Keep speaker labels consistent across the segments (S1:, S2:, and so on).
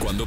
S1: Cuando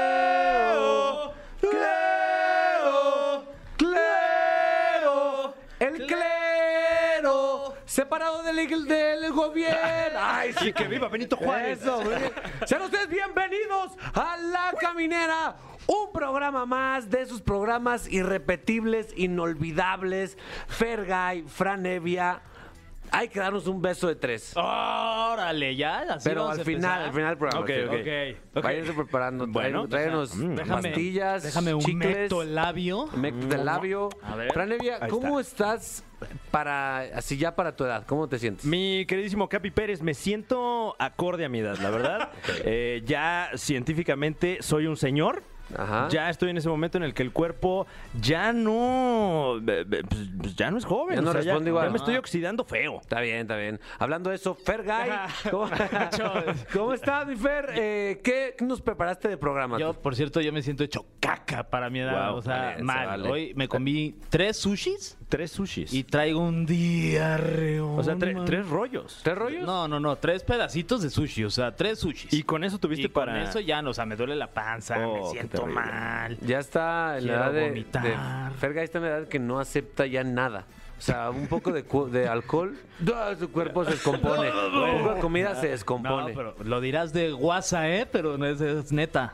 S2: Cleo, Cleo, Cleo, el clero, separado del, ig- del gobierno. Ay, sí, que viva Benito Juárez. Sean ustedes bienvenidos a La Caminera. Un programa más de sus programas irrepetibles, inolvidables. Fergay, Fran Evia. Hay que darnos un beso de tres.
S3: Órale, ya. así
S2: Pero
S3: vamos
S2: al
S3: a
S2: final,
S3: empezar?
S2: al final del programa.
S3: Ok,
S2: sí,
S3: ok. ok.
S2: Váyanse preparando.
S3: Bueno,
S2: Bueno, tráenos
S3: déjame- déjame-
S2: pastillas,
S3: Déjame un
S2: chicles,
S3: mecto labio.
S2: mec del labio.
S3: A ver.
S2: Franevia, ¿cómo estás para así ya para tu edad? ¿Cómo te sientes?
S4: Mi queridísimo Capi Pérez, me siento acorde a mi edad, la verdad. Eh, ya científicamente soy un señor.
S2: Ajá.
S4: Ya estoy en ese momento en el que el cuerpo ya no eh, eh, pues, pues, ya no es joven.
S2: Ya no
S4: o sea,
S2: responde igual.
S4: ya me estoy oxidando feo.
S2: Está bien, está bien. Hablando de eso, Fergay, ¿cómo, ¿cómo estás, mi Fer? Eh, ¿Qué nos preparaste de programa?
S3: Yo, por cierto, yo me siento hecho caca para mi edad.
S4: Wow,
S3: o sea,
S2: vale, se
S3: mal.
S2: vale.
S3: Hoy me comí tres sushis
S4: Tres sushis.
S3: y traigo un diarreo.
S4: o sea, tre- tres rollos.
S2: ¿Tres rollos?
S3: No, no, no. Tres pedacitos de sushi. O sea, tres sushis.
S4: Y con eso tuviste
S3: Y con
S4: para.
S3: eso ya no. O sea, me duele la panza.
S4: Oh,
S3: me
S4: qué
S3: siento
S4: terrible.
S3: mal.
S2: Ya está en la
S3: Quiero
S2: edad de,
S3: vomitar.
S2: de- Fergay está en la edad que no acepta ya nada. O sea, un poco de, cu- de alcohol, ¡ah! su cuerpo se descompone. Un poco de comida se
S3: No,
S2: descompone.
S3: pero lo dirás de guasa, ¿eh? Pero no es, es neta.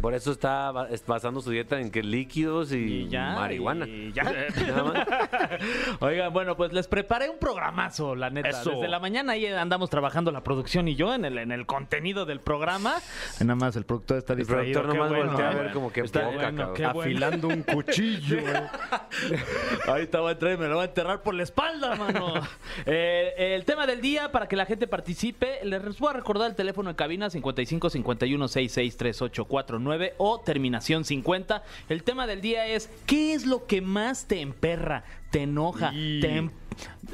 S2: Por eso está ba- es- basando su dieta en que líquidos y,
S3: Y ya.
S2: marihuana.
S3: y ya.
S2: Nada más.
S3: Oigan, bueno, pues les preparé un programazo, la neta.
S4: Eso.
S3: Desde la mañana ahí andamos trabajando la producción y yo en el, en el contenido del programa. Nada más el productor está
S2: El productor nomás voltea a ver como que
S3: Está
S2: poca,
S3: bueno,
S2: cabrón.
S3: qué bueno.
S4: Afilando un cuchillo.
S3: Ahí te voy a entrar y me lo voy a enterrar por la espalda, mano. Eh, el tema del día, para que la gente participe, les voy a recordar el teléfono en cabina 55 51 66 3849 o terminación 50. El tema del día es: ¿qué es lo que más te emperra, te enoja,
S4: Y-
S3: te em-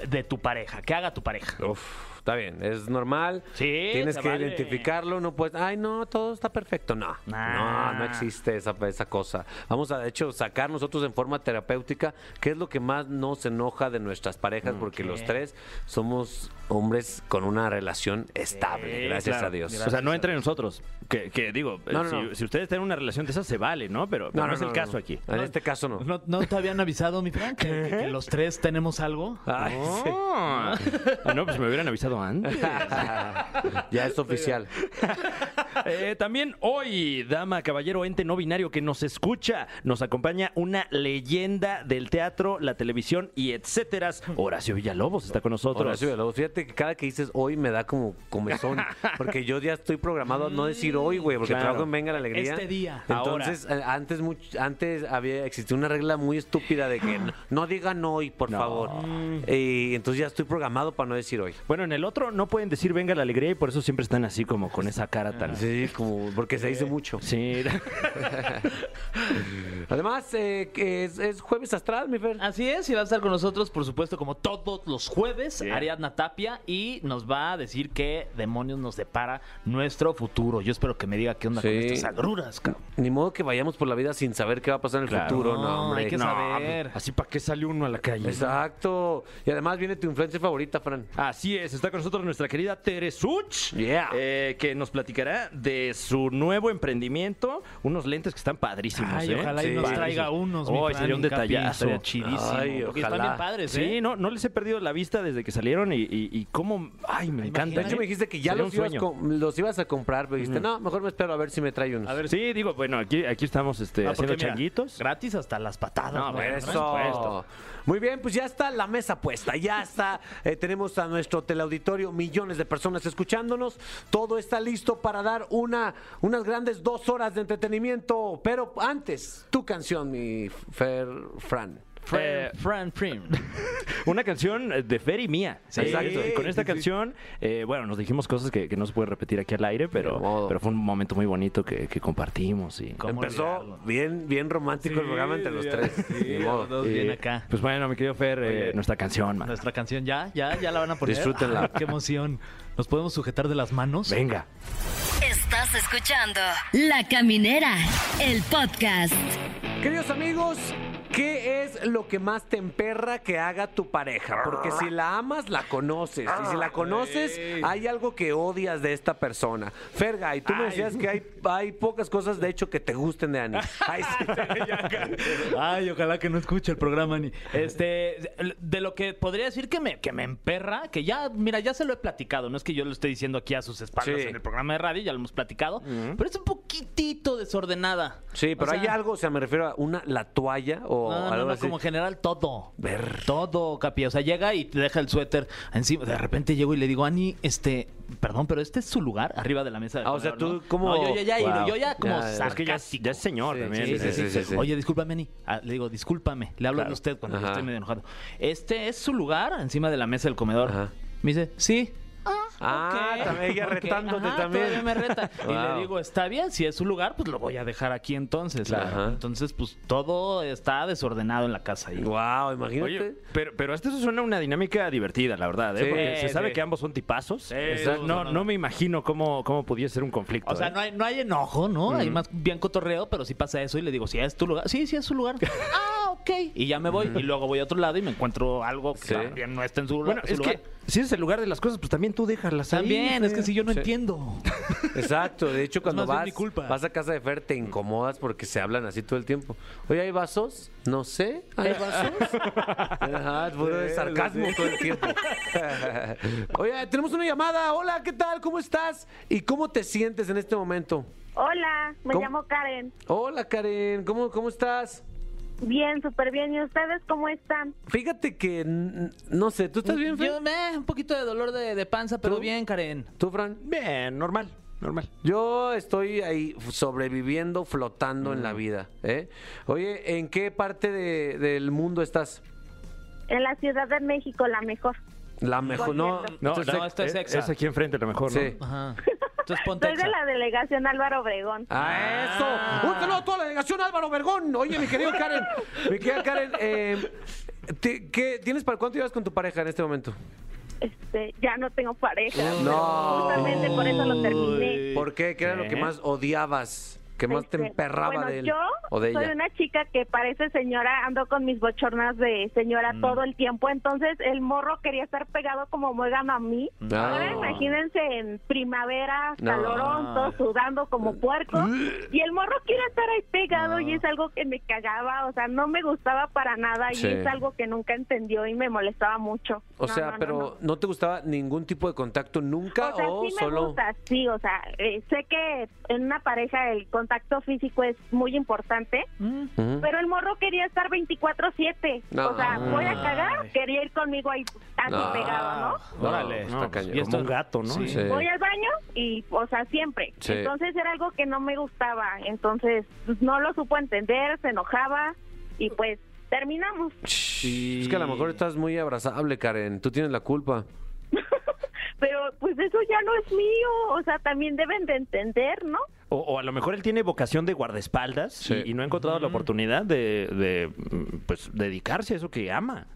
S3: de tu pareja? Que haga tu pareja.
S2: Uf, está bien, es normal.
S3: Sí,
S2: Tienes
S3: se
S2: que
S3: vale.
S2: identificarlo, no puedes. Ay, no, todo está perfecto. No,
S3: Nah.
S2: no, no existe esa, esa cosa. Vamos a, de hecho, sacar nosotros en forma terapéutica qué es lo que más nos enoja de nuestras parejas, porque los tres somos hombres con una relación estable,
S3: Sí,
S2: gracias
S3: claro,
S2: a Dios.
S4: O sea, no entre nosotros. Que, que digo,
S2: No, no,
S4: si,
S2: no.
S4: si ustedes tienen una relación de esas, se vale, ¿no? Pero pero no, es el caso aquí.
S2: En este caso no.
S3: ¿No, no te habían avisado, mi Frank? que- que los tres tenemos algo?
S2: Ay, sí.
S4: Ah, no, pues me hubieran avisado antes.
S2: ya es oficial.
S4: Eh, también hoy, dama, caballero, ente no binario que nos escucha, nos acompaña una leyenda del teatro, la televisión y etcétera. Horacio Villalobos está con nosotros.
S2: Horacio Villalobos, fíjate que cada que dices hoy me da como comezón, porque yo ya estoy programado a no decir hoy, güey, porque
S4: Claro.
S2: trabajo en Venga la Alegría.
S3: Este día,
S2: Entonces, eh, antes much- antes había existía una regla muy estúpida de que no, no digan hoy, por
S4: No.
S2: favor. Y entonces ya estoy programado para no decir hoy.
S4: Bueno, en el otro no pueden decir venga la alegría y por eso siempre están así como con esa cara tan...
S2: Sí, como porque se dice mucho.
S4: Sí.
S2: Además, eh, que es, es jueves astral, mi Fer.
S3: Así es, y va a estar con nosotros, por supuesto, como todos los jueves, Ariadna Tapia, y nos va a decir qué demonios nos depara nuestro futuro. Yo espero que me diga qué onda con
S2: Sí.
S3: estas agruras, cabrón.
S2: Ni modo que vayamos por la vida sin saber qué va a pasar en el
S4: Claro.
S2: futuro, no, hombre.
S3: hay que
S2: No. pues,
S3: saber.
S4: así para qué sale uno a la calle.
S2: Exacto. Y además viene tu influencia favorita, Fran.
S4: Así es, está con nosotros nuestra querida Teresuch,
S2: Yeah.
S4: eh, que nos platicará de su nuevo emprendimiento, unos lentes que están padrísimos.
S3: Ay,
S4: ¿eh?
S3: ojalá y
S2: Sí.
S3: nos
S2: Padrísimo.
S3: traiga unos. mi
S4: Hoy
S3: Fran,
S4: sería un
S3: Capi,
S4: detallazo.
S3: Estaría chidísimo.
S2: Ay,
S3: porque están
S2: ojalá.
S3: bien padres, ¿eh?
S4: Sí, no, no les he perdido la vista desde que salieron y, y, y cómo... Ay, me encanta.
S2: De hecho, me dijiste que ya los ibas, com- los ibas a comprar, pero dijiste, no, mejor me espero a ver si me trae unos.
S4: A ver, sí, digo, bueno, aquí, aquí estamos este,
S3: Ah, porque
S4: haciendo
S3: mira,
S4: changuitos.
S3: Gratis hasta las patadas.
S4: No,
S3: ¿no?
S4: bueno,
S3: Fran.
S2: Eso. Muy bien, pues ya está la mesa puesta, ya está. Eh, tenemos a nuestro teleauditorio, millones de personas escuchándonos. Todo está listo para dar una, unas grandes dos horas de entretenimiento. Pero antes, tu canción, mi Fer Fran.
S4: Eh,
S3: Fran, Fran, Fran.
S4: Una canción eh, de Fer y mía.
S3: Sí,
S4: Exacto. Y con esta
S2: sí, sí.
S4: canción, eh, bueno, nos dijimos cosas que, que no se puede repetir aquí al aire,
S5: Ni
S4: pero,
S5: modo.
S4: pero fue un momento muy bonito que, que compartimos. Y,
S3: ¿Cómo olvidarlo?
S5: Empezó bien, bien romántico el programa entre los
S2: ya,
S5: tres. Ni modo.
S3: Los dos
S4: y,
S3: bien acá.
S4: Pues bueno, mi querido Fer, eh, nuestra canción, man.
S3: Nuestra canción ya, ya, ya la van a poner.
S5: Disfrútenla.
S3: Ah, qué emoción. ¿Nos podemos sujetar de las manos?
S4: Venga.
S6: Estás escuchando La Caminera, el podcast.
S2: Queridos amigos, ¿qué es lo que más te emperra que haga tu pareja? Porque si la amas, la conoces. Y si la conoces, hay algo que odias de esta persona. Ferga, y tú me decías que hay, hay pocas cosas, de hecho, que te gusten de Ani. Ay, sí.
S3: Ay, ojalá que no escuche el programa ni. Este, de lo que podría decir que me, que me emperra, que ya, mira, ya se lo he platicado. No es que yo lo esté diciendo aquí a sus espaldas
S2: Sí.
S3: en el programa de radio, ya lo hemos platicado. Pero es un poquitito desordenada.
S2: Sí,
S3: O
S2: pero hay
S3: sea,
S2: algo, o sea, me refiero a una, la toalla o
S3: No, no,
S2: algo
S3: no,
S2: así.
S3: como en general todo. Ver. Todo, Capi. O sea, llega y te deja el suéter encima. De repente llego y le digo, Ani, este, perdón, pero este es su lugar arriba de la mesa. de
S2: Ah, o sea,
S3: comedor,
S2: tú
S3: ¿no?
S2: como-
S3: No, yo ya, ya,
S2: Wow.
S3: yo ya
S2: Ya,
S3: como
S2: es
S4: Es que ya, es-
S3: sarcástico.
S4: ya es señor
S2: Sí,
S4: también.
S2: sí,
S4: eh,
S2: sí,
S4: eh,
S2: sí, sí.
S3: Oye, discúlpame, Ani. Ah, le digo, discúlpame. Le hablo a usted cuando yo
S5: Ajá.
S3: estoy medio enojado. Este es su lugar encima de la mesa del comedor.
S5: Ajá.
S3: Me dice, sí.
S2: Ah,
S3: ok,
S2: también ella
S3: ok,
S2: retándote
S3: ajá,
S2: también.
S3: todavía me reta. Y
S5: Wow.
S3: le digo, está bien, si es su lugar, pues lo voy a dejar aquí entonces.
S5: Claro.
S3: Ajá. Entonces, pues todo está desordenado en la casa. Y,
S2: Wow, imagínate.
S4: Oye, pero, pero hasta eso suena una dinámica divertida, la verdad, ¿eh?
S2: Sí,
S4: Porque se
S3: sí.
S4: sabe que ambos son tipazos.
S3: no,
S4: Exacto. no,
S3: no,
S4: no,
S3: no.
S4: me imagino cómo, cómo pudiese ser un conflicto.
S3: O sea,
S4: ¿eh?
S3: no hay, no hay enojo, ¿no? Hay más bien cotorreo, pero sí pasa eso y le digo, si es tu lugar. Sí, sí es su lugar. ah, ok. Y ya me voy. Y luego voy a otro lado y me encuentro algo que
S5: Sí.
S3: también no está en su,
S4: Bueno,
S3: su
S4: es
S3: lugar.
S4: que si es el lugar de las cosas, pues también tú déjalas ahí,
S3: También, es
S4: Fer.
S3: que si yo no entiendo.
S2: Exacto, de hecho cuando
S3: más bien
S2: vas,
S3: mi culpa.
S2: vas a casa de Fer te incomodas porque se hablan así todo el tiempo. Oye, ¿hay vasos? No sé, ¿hay vasos? Ajá, puro de sarcasmo todo el tiempo. Oye, tenemos una llamada. Hola, ¿qué tal? ¿Cómo estás? ¿Y cómo te sientes en este momento?
S7: Hola, me
S2: ¿Cómo?
S7: llamo Karen.
S2: Hola, Karen, ¿cómo, cómo estás?
S7: Bien, súper bien. ¿Y ustedes cómo están?
S2: Fíjate que, n- no sé, ¿tú estás bien, Fer?
S3: Yo me un poquito de dolor de, de panza, pero
S2: ¿Tú?
S3: bien, Karen.
S2: ¿Tú, Fran?
S4: Bien, normal, normal.
S2: Yo estoy ahí sobreviviendo, flotando
S3: Mm.
S2: en la vida. ¿eh? Oye, ¿en qué parte de- del mundo estás?
S7: En la Ciudad de México, la mejor.
S2: La mejor. No,
S7: cierto.
S4: No, e,
S2: entonces-
S3: no, esta es exa.
S4: Es aquí enfrente, a lo mejor,
S2: Sí.
S4: ¿no?
S3: Ajá. Entonces ponte
S7: Soy de
S3: exa.
S7: la delegación Álvaro Obregón.
S2: Ah. ¡A eso! Un saludo a toda la delegación Álvaro Vergón. Oye, mi querido Karen. mi querida Karen, eh, ¿te- qué, ¿tienes para cuánto llevas con tu pareja en este momento?
S7: Este, ya no tengo pareja.
S2: No.
S7: pero Justamente por eso lo terminé.
S2: ¿Por qué? ¿Qué era lo que
S4: ¿Qué?
S2: más odiabas? ¿Qué más te
S7: Este,
S2: emperraba
S7: bueno,
S2: de él?
S7: Yo
S2: o de
S7: soy
S2: ella.
S7: una chica que parece señora, ando con mis bochornas de señora
S2: Mm.
S7: todo el tiempo. Entonces el morro quería estar pegado como muegan a mí.
S2: Ah.
S7: Ahora imagínense en primavera,
S2: No. Eh.
S7: calorón, todos sudando como puerco. Y el morro quiere estar ahí pegado y es algo que me cagaba, o sea, no me gustaba para nada y
S2: Sí.
S7: es algo que nunca entendió y me molestaba mucho.
S2: O
S7: No,
S2: sea,
S7: no, no,
S2: pero no,
S7: no.
S2: te gustaba ningún tipo de contacto nunca
S7: O sea,
S2: o
S7: sí me
S2: solo.
S7: gusta, sí, o sea, eh, sé que en una pareja el contacto físico es muy importante,
S2: Mm. Ujú.
S7: pero el morro quería estar 24/7.
S2: No.
S7: O sea, voy a cagar, quería ir conmigo ahí así
S2: No.
S7: pegado, ¿no?
S3: Ah, Órale.
S2: está cañón.
S3: Y esto-
S4: como un gato, ¿no?
S3: Sí.
S2: Sí.
S7: voy al baño y, o sea, siempre.
S2: Sí.
S7: Entonces era algo que no me gustaba. Entonces no lo supo entender, se enojaba y pues terminamos.
S2: Es que a lo mejor estás muy abrazable, Karen. Tú tienes la culpa.
S7: Pero pues eso ya no es mío. O sea, también deben de entender, ¿no?
S4: O, o a lo mejor él tiene vocación de guardaespaldas y-
S2: Sí.
S4: y, no ha encontrado la oportunidad de, de, mm, pues, dedicarse a eso que ama.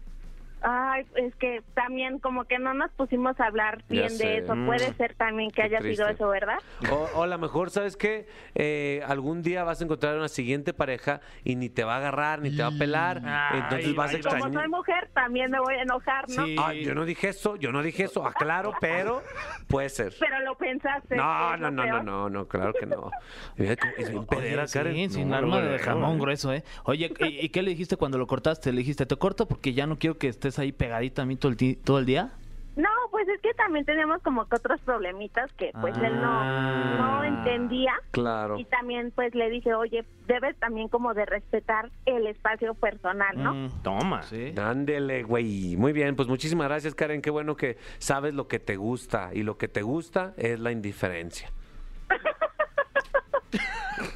S7: Ay, es que también como que no nos pusimos a hablar
S2: Ya
S7: bien
S2: sé. Mm.
S7: de eso. Puede ser también que
S2: Qué
S7: haya sido
S2: triste.
S7: eso, ¿verdad?
S2: O, o a lo mejor, ¿sabes qué? Eh, algún día vas a encontrar una siguiente pareja y ni te va a agarrar, ni te va a pelar.
S4: Ay,
S2: entonces vas a
S4: ay, como
S7: Como soy
S2: extrañar.
S7: mujer, también me voy a enojar, ¿no?
S3: Sí.
S2: Ah, yo no dije eso, yo no dije eso. Aclaro, pero puede ser.
S7: Pero lo pensaste.
S2: No,
S7: es lo
S2: no, no, no,
S7: peor.
S2: no, no, claro que no. Mira que Es bien
S3: Oye,
S2: pedera,
S3: sí,
S2: Karen.
S3: sin
S2: No,
S3: arma
S2: no,
S3: de
S2: no.
S3: jamón grueso, ¿eh? Oye, ¿y, y qué le dijiste cuando lo cortaste? ¿Le dijiste, te corto porque ya no quiero que estés ahí pegadita a mí todo el, ti- todo el día?
S7: No, pues es que también tenemos como que otros problemitas que pues él no, no entendía.
S2: Claro.
S7: Y también pues le dije, oye, debes también como de respetar el espacio personal, ¿no?
S3: Mm,
S4: Toma.
S3: Sí.
S2: Ándele, güey. Muy bien, pues muchísimas gracias, Karen. Qué bueno que sabes lo que te gusta. Y lo que te gusta es la indiferencia.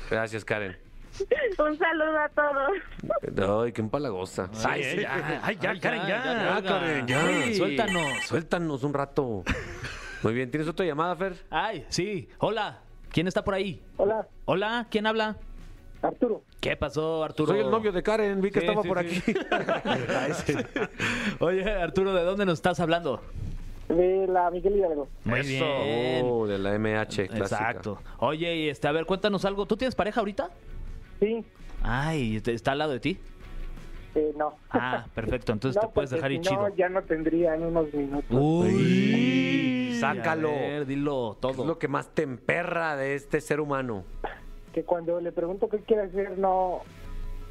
S2: Gracias, Karen.
S7: Un saludo a todos.
S2: Ay, qué empalagosa.
S4: Ay, ya, ay, ya,
S3: Ay,
S4: Karen, ya.
S3: ya, Karen, ya.
S2: Ah, Sí.
S3: Suéltanos.
S2: Suéltanos un rato. Muy bien, ¿tienes otra llamada, Fer?
S3: Ay, sí. Hola. ¿Quién está por ahí?
S8: Hola,
S3: Hola, ¿quién habla?
S8: Arturo.
S3: ¿Qué pasó, Arturo?
S2: Soy el novio de Karen, vi que
S3: Sí,
S2: estaba
S3: sí,
S2: por
S3: sí.
S2: aquí.
S3: Oye, Arturo, ¿de dónde nos estás hablando?
S8: De la Miguel Hidalgo.
S3: Muy
S2: Oh, de la MH clásica.
S3: Exacto. Oye, y este, a ver, cuéntanos algo. ¿Tú tienes pareja ahorita?
S8: Sí,
S3: Ay, este, ¿está al lado de ti?
S8: eh, no.
S3: Ah, perfecto. Entonces
S8: No,
S3: te puedes
S8: porque
S3: dejar
S8: si
S3: y chido. Uh.
S8: No, ya no tendría en unos minutos.
S3: Uy,
S2: sácalo.
S3: a ver, dilo
S2: Es
S3: todo.
S2: lo que más te emperra de este ser humano.
S8: Que cuando le pregunto qué quiere hacer, no,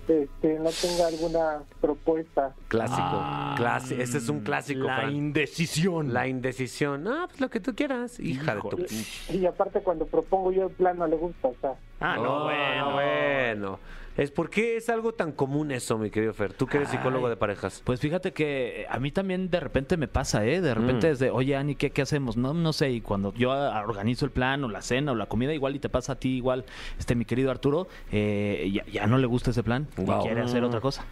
S8: este, no tenga alguna propuesta.
S2: Clásico.
S3: Ah.
S2: Clásico. Ese es un clásico,
S4: La
S2: Fran.
S4: indecisión.
S2: La indecisión. Ah, pues lo que tú quieras. Hija de tu...
S8: Y aparte cuando propongo yo el plan no le gusta, o sea,
S4: Ah, no,
S2: No,
S4: bueno.
S2: no, bueno. Es porque es algo tan común eso, mi querido Fer. Tú que eres psicólogo de parejas.
S3: Pues fíjate que a mí también de repente me pasa, ¿eh? De
S2: Mm.
S3: repente es de, oye, Ani, ¿qué, qué hacemos? No, no sé. Y cuando yo ah, organizo el plan o la cena o la comida, igual y te pasa a ti, igual, este, mi querido Arturo, eh, ya, ya no le gusta ese plan
S2: Wow.
S3: y quiere hacer
S4: Mm.
S3: otra cosa.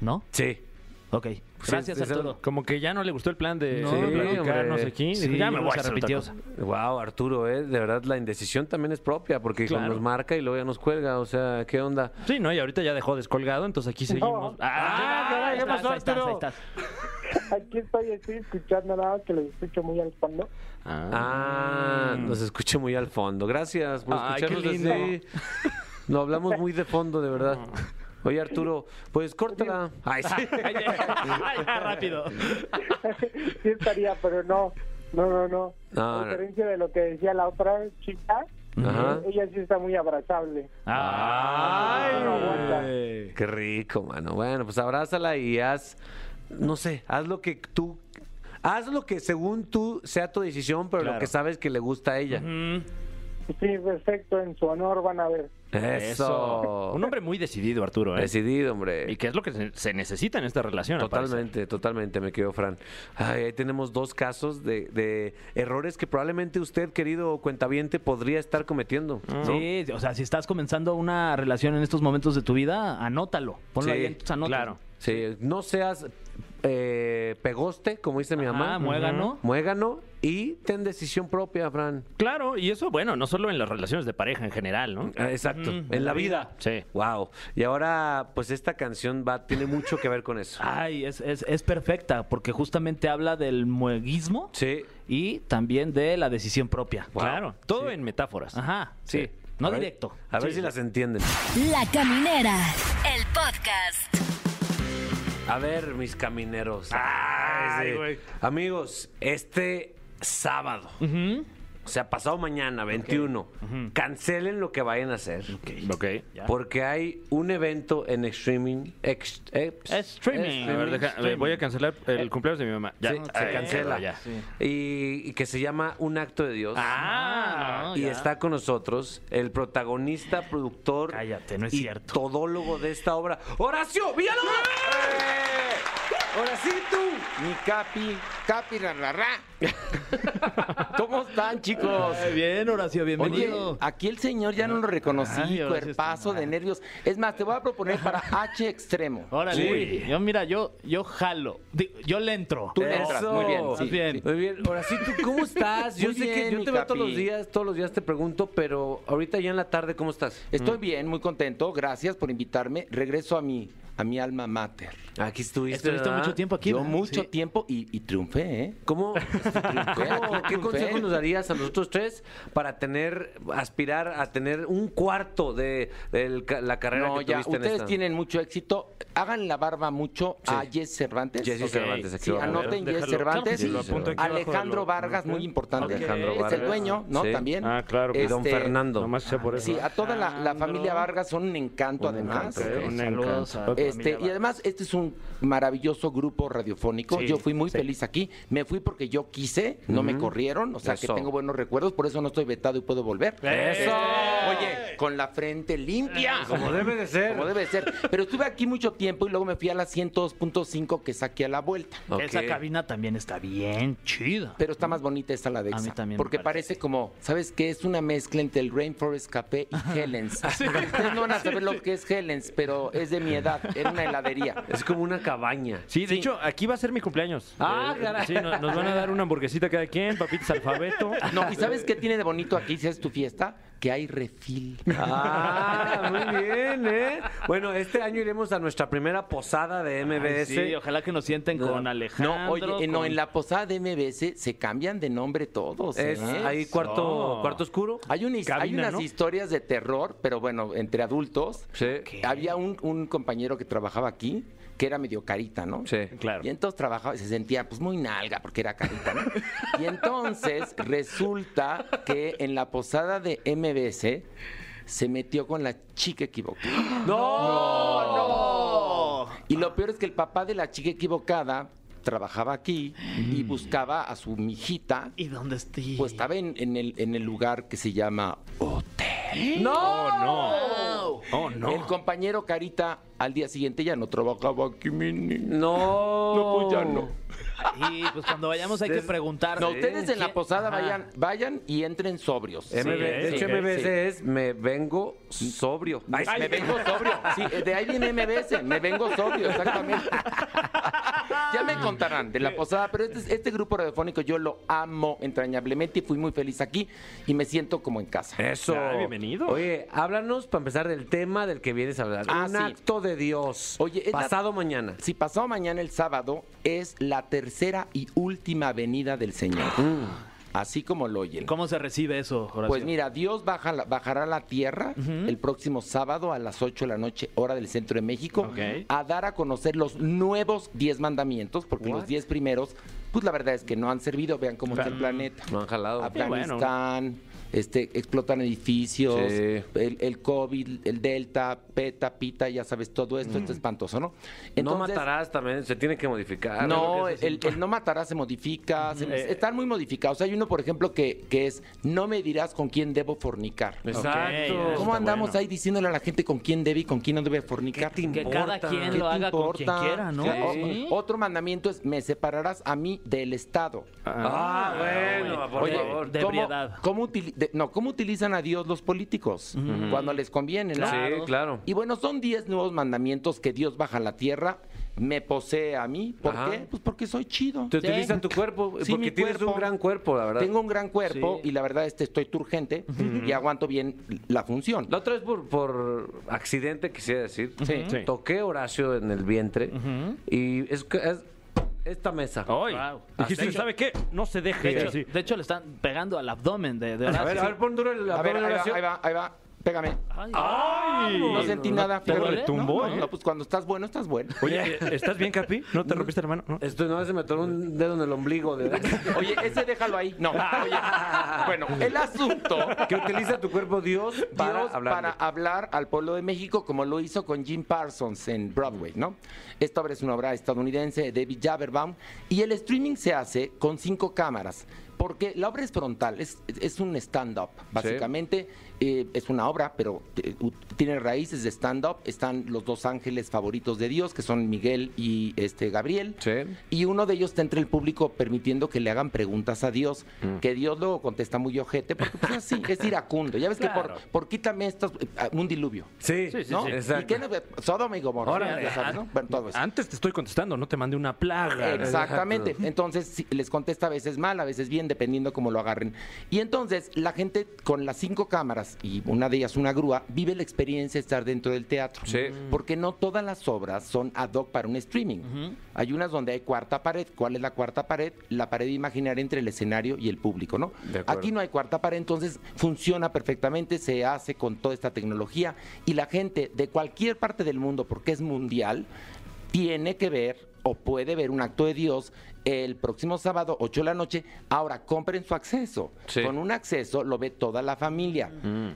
S3: ¿No?
S2: Sí.
S3: Ok.
S2: Pues
S3: Gracias,
S2: es- es
S3: Arturo.
S2: algo-
S4: Como que ya no le gustó el plan de
S2: No,
S4: de
S2: sí,
S4: platicar,
S2: hombre.
S4: no sé quién.
S3: Sí,
S4: Dijo, ya me
S3: luego
S4: voy a
S3: se
S4: hacer otra
S3: arrepintió.
S4: cosa.
S2: Wow, Arturo, ¿eh? de verdad la indecisión también es propia, porque
S4: Claro.
S2: nos marca y luego ya nos cuelga, o sea, ¿qué onda?
S4: Sí, no, y ahorita ya dejó descolgado, entonces aquí seguimos.
S3: Ah,
S2: caray, ¿qué
S3: ahí
S2: pasó,
S3: estás, ahí
S2: Arturo?
S3: estás, ahí
S8: aquí estoy, estoy escuchando nada más que lo escucho muy al fondo.
S2: Ah, nos escucha muy al fondo. Gracias por
S4: Ay,
S2: escucharnos
S4: qué lindo.
S2: desde- Lo hablamos muy de fondo, de verdad. Oye, Arturo, pues córtala. Ay, sí.
S3: estás. Ay, ya, rápido.
S8: sí estaría, pero no, no, no, no.
S2: No, no.
S8: A diferencia de lo que decía la otra chica,
S2: Ajá.
S8: ella sí está muy abrazable.
S4: Ah.
S8: No aguanta.
S2: Qué rico, mano. Bueno, pues abrázala y haz, no sé, haz lo que tú, haz lo que según tú sea tu decisión, pero lo que sabes que le gusta a ella.
S8: Sí, perfecto, en su honor van a ver.
S2: Eso.
S4: Un hombre muy decidido, Arturo, ¿eh?
S2: Decidido, hombre.
S4: Y que es lo que se- se necesita en esta relación. al parecer.
S2: Totalmente, totalmente, me quedo, Fran. Ay, ahí tenemos dos casos de, de errores que probablemente usted, querido cuentaviente, podría estar cometiendo. ¿no?
S3: Ah. Sí, o sea, si estás comenzando una relación en estos momentos de tu vida, anótalo. Ponlo
S2: Sí,
S3: ahí en tus anotas.
S4: claro.
S2: Sí, no seas eh, pegoste, como dice mi
S3: Ajá,
S2: mamá.
S3: muégano.
S2: Muégano y ten decisión propia, Fran.
S4: Claro, y eso, bueno, no solo en las relaciones de pareja en general, ¿no?
S2: Ah, Exacto, en la vida.
S4: Sí.
S2: Wow. Y ahora, pues esta canción va, tiene mucho que ver con eso.
S3: Ay, es, es, es perfecta porque justamente habla del mueguismo
S2: Sí.
S3: y también de la decisión propia.
S4: Claro, todo en metáforas.
S3: Ajá, sí. No
S2: A ver-
S3: directo.
S2: a ver
S3: Sí.
S2: si las entienden.
S9: La Caminera, el podcast.
S2: A ver, mis camineros.
S4: Ay,
S2: Sí.
S4: güey.
S2: Amigos, este sábado, o sea, pasado mañana, 21, cancelen lo que vayan a hacer.
S4: Ok.
S2: Porque hay un evento en streaming. ex- ex-
S3: Streaming.
S4: A ver, deja- voy a cancelar el cumpleaños de mi mamá. Ya,
S2: Sí, se
S4: Ay,
S2: cancela.
S4: ya.
S2: Y, y que se llama Un acto de Dios.
S4: Ah,
S3: no,
S2: y
S3: ya.
S2: está con nosotros el protagonista, productor
S3: Cállate, no es
S2: y
S3: cierto.
S2: todólogo de esta obra, Horacio Villalobos. ¡Eh! Horacito,
S10: Mi capi, capi rarrará. ¿Cómo están, chicos?
S3: Bien, Horacio,
S10: Oye,
S3: bienvenido.
S2: ah,
S10: aquí el señor ya no lo reconocí,
S3: Ay, ahora sí
S10: cuerpazo
S3: está mal.
S10: de nervios. Es más, te voy a proponer para H extremo.
S3: Órale, yo mira, yo, yo jalo. Digo, Yo le entro. Eh,
S10: Tú le entras, muy bien.
S3: Más
S10: sí,
S3: bien.
S10: sí.
S2: Muy bien, Horacito, ¿cómo estás? Yo
S10: Muy
S2: sé que
S10: bien,
S2: yo
S10: mi
S2: te veo todos
S10: capi.
S2: los días, todos los días te pregunto, pero ahorita ya en la tarde, ¿cómo estás?
S3: Mm.
S10: Estoy bien, muy contento. Gracias por invitarme. Regreso a mi, a mi alma mater.
S2: Aquí estuviste.
S3: Estuviste
S2: ¿verdad?
S3: mucho tiempo aquí.
S10: Yo
S3: ¿verdad?
S10: mucho
S3: Sí.
S10: tiempo y, y triunfé, ¿eh?
S2: ¿Cómo, cómo-
S10: aquí
S2: ¿Qué
S10: con
S2: consejo
S10: Fer.
S2: nos darías a nosotros tres para tener, aspirar a tener un cuarto de, del ca- la carrera
S10: No,
S2: que
S10: ya,
S2: tuviste en
S10: ustedes
S2: esta?
S10: tienen mucho éxito. Hagan la barba mucho a Jess Cervantes.
S2: Jessy
S10: Ok.
S2: Cervantes, aquí
S10: Sí,
S2: vamos a ver.
S10: anoten Jess
S4: Déjalo.
S10: Cervantes.
S4: Claro que
S2: sí, lo apunto aquí
S4: abajo de
S10: Alejandro
S4: lo-
S10: Vargas, muy importante.
S2: Alejandro
S10: es
S2: Vargas.
S10: el dueño, ¿no?
S2: Sí.
S10: También.
S4: Ah, claro.
S2: Y don
S10: Este,
S2: Fernando.
S4: Nomás sea por eso.
S10: Sí, a toda la, la familia Vargas son un encanto,
S2: Un
S10: además.
S2: encanto,
S4: Ok, un
S3: Saludos
S4: encanto.
S3: a la
S10: Este,
S3: familia
S10: y además, este es un maravilloso grupo radiofónico.
S3: Sí,
S10: yo fui muy
S3: sí.
S10: feliz aquí. Me fui porque yo quise, no me corrieron, o sea que
S2: Eso.
S10: tengo buenos recuerdos, por eso no estoy vetado y puedo volver.
S4: ¡Eso!
S10: Oye, con la frente limpia.
S2: Como debe de ser.
S10: Como debe de ser. Pero estuve aquí mucho tiempo y luego me fui a la 102.5 que saqué a la vuelta.
S2: Ok.
S3: Esa cabina también está bien chida.
S10: Pero está más bonita esta la de
S3: A mí
S10: EXA.
S3: también me
S10: Porque
S3: parece.
S10: parece. como, ¿sabes qué? Es una mezcla entre el Rainforest Café y Helens. Ustedes no van a saber lo que es Helens, pero es de mi edad. Era una heladería.
S2: Es como una cabaña.
S4: Sí, de hecho, aquí va a ser mi cumpleaños. Eh,
S2: Ah, caray.
S4: Sí, no- nos, van a dar una hamburguesita cada quien, papitas alfabeto.
S10: No, ¿y sabes qué tiene de bonito aquí si es tu fiesta? Que hay refil.
S2: Ah, muy bien, ¿eh? Bueno, este año iremos a nuestra primera posada de MBS.
S3: Sí, ojalá que nos sienten con Alejandro.
S10: No, oye, eh, no, en la posada de MBS se cambian de nombre todos.
S2: es
S10: ¿eh?
S2: ahí cuarto,
S4: No.
S2: cuarto oscuro.
S10: Hay, una his- hay
S4: Cabina,
S10: unas
S4: ¿no?
S10: historias de terror, pero bueno, entre adultos.
S2: Sí.
S10: Había un, un compañero que trabajaba aquí, que era medio carita, ¿no?
S2: Sí.
S4: Claro.
S10: Y entonces trabajaba, se sentía pues muy nalga porque era carita, ¿no? Y entonces resulta que en la posada de MBS se metió con la chica equivocada.
S3: ¡No!
S10: Y lo peor es que el papá de la chica equivocada trabajaba aquí y buscaba a su mijita.
S3: ¿Y dónde estoy?
S10: Pues estaba en, en el, en el lugar que se llama
S4: ¡No! no! ¡Oh,
S2: Eh,
S10: El
S4: no!
S10: compañero Carita al día siguiente ya no trabajaba aquí, mi niño.
S2: No.
S10: No, pues ya no.
S3: Y pues cuando vayamos hay que preguntar.
S10: No, ustedes en la
S3: ¿Quién-
S10: posada
S3: Ajá.
S10: vayan, vayan y entren sobrios.
S2: MB- de
S4: sí, eh,
S2: hecho,
S4: sí.
S2: MBS es me vengo sobrio. Ay,
S10: Me vengo sobrio. Sí, de ahí viene MBS. Me vengo sobrio, exactamente. Ya me contarán de la posada, pero este, este grupo radiofónico yo lo amo entrañablemente y fui muy feliz aquí y me siento como en casa.
S2: Eso.
S4: Ay, bienvenido.
S2: Oye, háblanos para empezar del tema del que vienes a hablar.
S10: Ah,
S2: Un
S10: sí.
S2: acto de Dios.
S10: Oye, es la-
S2: pasado mañana.
S10: Si pasado mañana el sábado es la tercera y última venida del Señor. Así como lo oyen.
S3: ¿Cómo se recibe eso, Horacio?
S10: Pues mira, Dios baja la- bajará a la tierra el próximo sábado a las 8 de la noche, hora del centro de México,
S4: Ok.
S10: a dar a conocer los nuevos 10 mandamientos, porque los 10 primeros, pues la verdad es que no han servido, vean cómo está el planeta.
S2: Lo han jalado.
S10: Afganistán, este, explotan edificios,
S2: Sí.
S10: el, el COVID, el Delta, PETA, PITA, ya sabes, todo esto, esto es espantoso, ¿no?
S2: no
S10: Entonces,
S2: matarás también, se tiene que modificar.
S10: no, el, el no matará se modifica, se-
S3: Eh.
S10: están muy modificados. Hay uno, por ejemplo, que, que es, no me dirás con quién debo fornicar.
S2: Exacto.
S4: Ok,
S10: ¿Cómo
S4: Está
S10: andamos
S4: bueno.
S10: ahí diciéndole a la gente con quién debe y con quién no debe fornicar?
S2: ¿Qué te
S3: que
S2: importa?
S3: cada quien
S10: ¿Qué
S3: lo
S10: te
S3: haga con quien
S10: importa?
S3: quiera, ¿no?
S10: O-
S3: Sí.
S10: Otro mandamiento es, me separarás a mí del Estado.
S2: Ah, bueno, por
S10: Oye,
S2: favor.
S3: de
S10: ¿cómo-
S3: ebriedad.
S10: cómo utili- de- no, ¿cómo utilizan a Dios los políticos? Cuando les conviene, ¿no?
S2: Sí, claro.
S10: Y bueno, son 10 nuevos mandamientos que Dios baja a la tierra, me posee a mí. ¿Por
S2: Ajá.
S10: qué? Pues porque soy chido.
S2: Te utilizan tu cuerpo, eh,
S10: Sí,
S2: porque
S10: mi
S2: tienes
S10: cuerpo.
S2: un gran cuerpo, la verdad.
S10: Tengo un gran cuerpo
S3: Sí.
S10: y la verdad este, estoy turgente y aguanto bien la función.
S2: La otra vez por, por accidente, quisiera decir.
S10: Sí.
S4: Sí.
S2: Toqué Horacio en el vientre y es, que- es esta mesa.
S4: ¡Ay!
S3: Wow.
S4: Dijiste,
S3: De hecho-
S4: ¿sabe qué? No se deje.
S3: De hecho,
S4: Sí.
S3: de hecho, le están pegando al abdomen de, de
S2: A ver,
S3: Horacio.
S2: a ver, pon duro el
S10: A
S2: abdomen,
S10: ver, Ah. ahí va,
S2: Horacio.
S10: ahí va, ahí va. Pégame.
S3: Ay,
S4: ¡Ay!
S10: No sentí nada.
S4: ¿Te
S10: fíjate.
S4: retumbó,
S10: No, no,
S4: eh?
S10: no, pues cuando estás bueno, estás bueno.
S4: Oye, ¿estás bien, Capi? ¿No te rompiste la mano? No.
S2: Esto no se me atoró un dedo en el ombligo. De...
S10: Oye, ese déjalo ahí. No, oye. Bueno, el asunto.
S2: que utiliza tu cuerpo Dios para
S10: Dios
S2: hablar.
S10: para hablar al pueblo de México como lo hizo con Jim Parsons en Broadway, ¿no? Esta obra es una obra estadounidense de David Jaberbaum y el streaming se hace con cinco cámaras porque la obra es frontal, es, es un stand-up, básicamente eh, es una obra, pero eh, u- tiene raíces de stand-up, están los dos ángeles favoritos de Dios, que son Miguel y este Gabriel,
S2: Sí.
S10: y uno de ellos está entre el público permitiendo que le hagan preguntas a Dios,
S4: Mm.
S10: que Dios luego contesta muy ojete, porque pues así, es iracundo. Ya ves que por, por quítame estas, eh, ah, un diluvio.
S2: Sí, sí,
S10: ¿No? ¿Y
S2: Exacto.
S10: qué no- Sodoma y Gomorra.
S4: Órale. ah,
S10: ya sabes, ¿no? Bueno, todo eso. Ah,
S4: Antes te estoy contestando, no te mandé una plaga.
S10: Exactamente. Entonces sí, les contesta a veces mal, a veces bien, dependiendo cómo lo agarren. Y entonces la gente con las cinco cámaras y una de ellas una grúa vive la experiencia de estar dentro del teatro.
S2: Sí.
S10: Porque no todas las obras son ad hoc para un streaming. Hay unas donde hay cuarta pared. ¿Cuál es la cuarta pared? La pared imaginaria entre el escenario y el público, ¿no?
S2: De acuerdo.
S10: Aquí no hay cuarta pared, entonces funciona perfectamente, se hace con toda esta tecnología y la gente de cualquier parte del mundo, porque es mundial, tiene que ver o puede ver un acto de Dios el próximo sábado, 8 de la noche. Ahora, compren su acceso.
S2: Sí. Mm.
S10: Con un acceso lo ve toda la familia.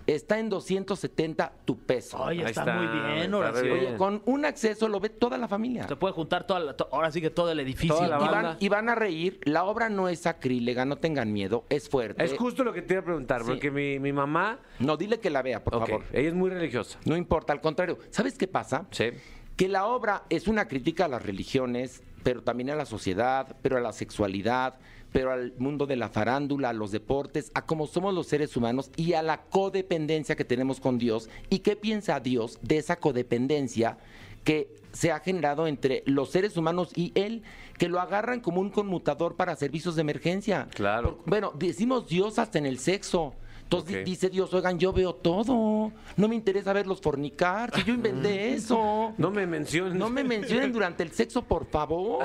S10: Está en 270 tu peso.
S3: Ay,
S2: Ahí
S3: está,
S2: está,
S3: muy bien,
S2: está
S3: Horacio.
S2: re
S10: Oye, con un acceso lo ve toda la familia.
S3: Se puede juntar toda la- to- ahora sí que todo el edificio.
S2: Toda la
S10: Y van,
S2: banda.
S10: y van a reír. La obra no es sacrílega, no tengan miedo, es fuerte.
S2: Es justo lo que te iba a preguntar,
S10: Sí.
S2: porque mi, mi mamá,
S10: No, dile que la vea, por
S2: ok,
S10: favor.
S2: ella es muy religiosa.
S10: No importa, al contrario. ¿Sabes qué pasa?
S2: Sí.
S10: Que la obra es una crítica a las religiones, pero también a la sociedad, pero a la sexualidad, pero al mundo de la farándula, a los deportes, a cómo somos los seres humanos y a la codependencia que tenemos con Dios. ¿Y qué piensa Dios de esa codependencia que se ha generado entre los seres humanos y Él, que lo agarran como un conmutador para servicios de emergencia?
S2: Claro.
S10: Por- bueno, decimos Dios hasta en el sexo. Entonces
S2: Ok.
S10: di- dice Dios, oigan, yo veo todo. No me interesa verlos fornicar. Si yo inventé eso.
S2: Mm. No me menciones.
S10: No me mencionen durante el sexo, por favor.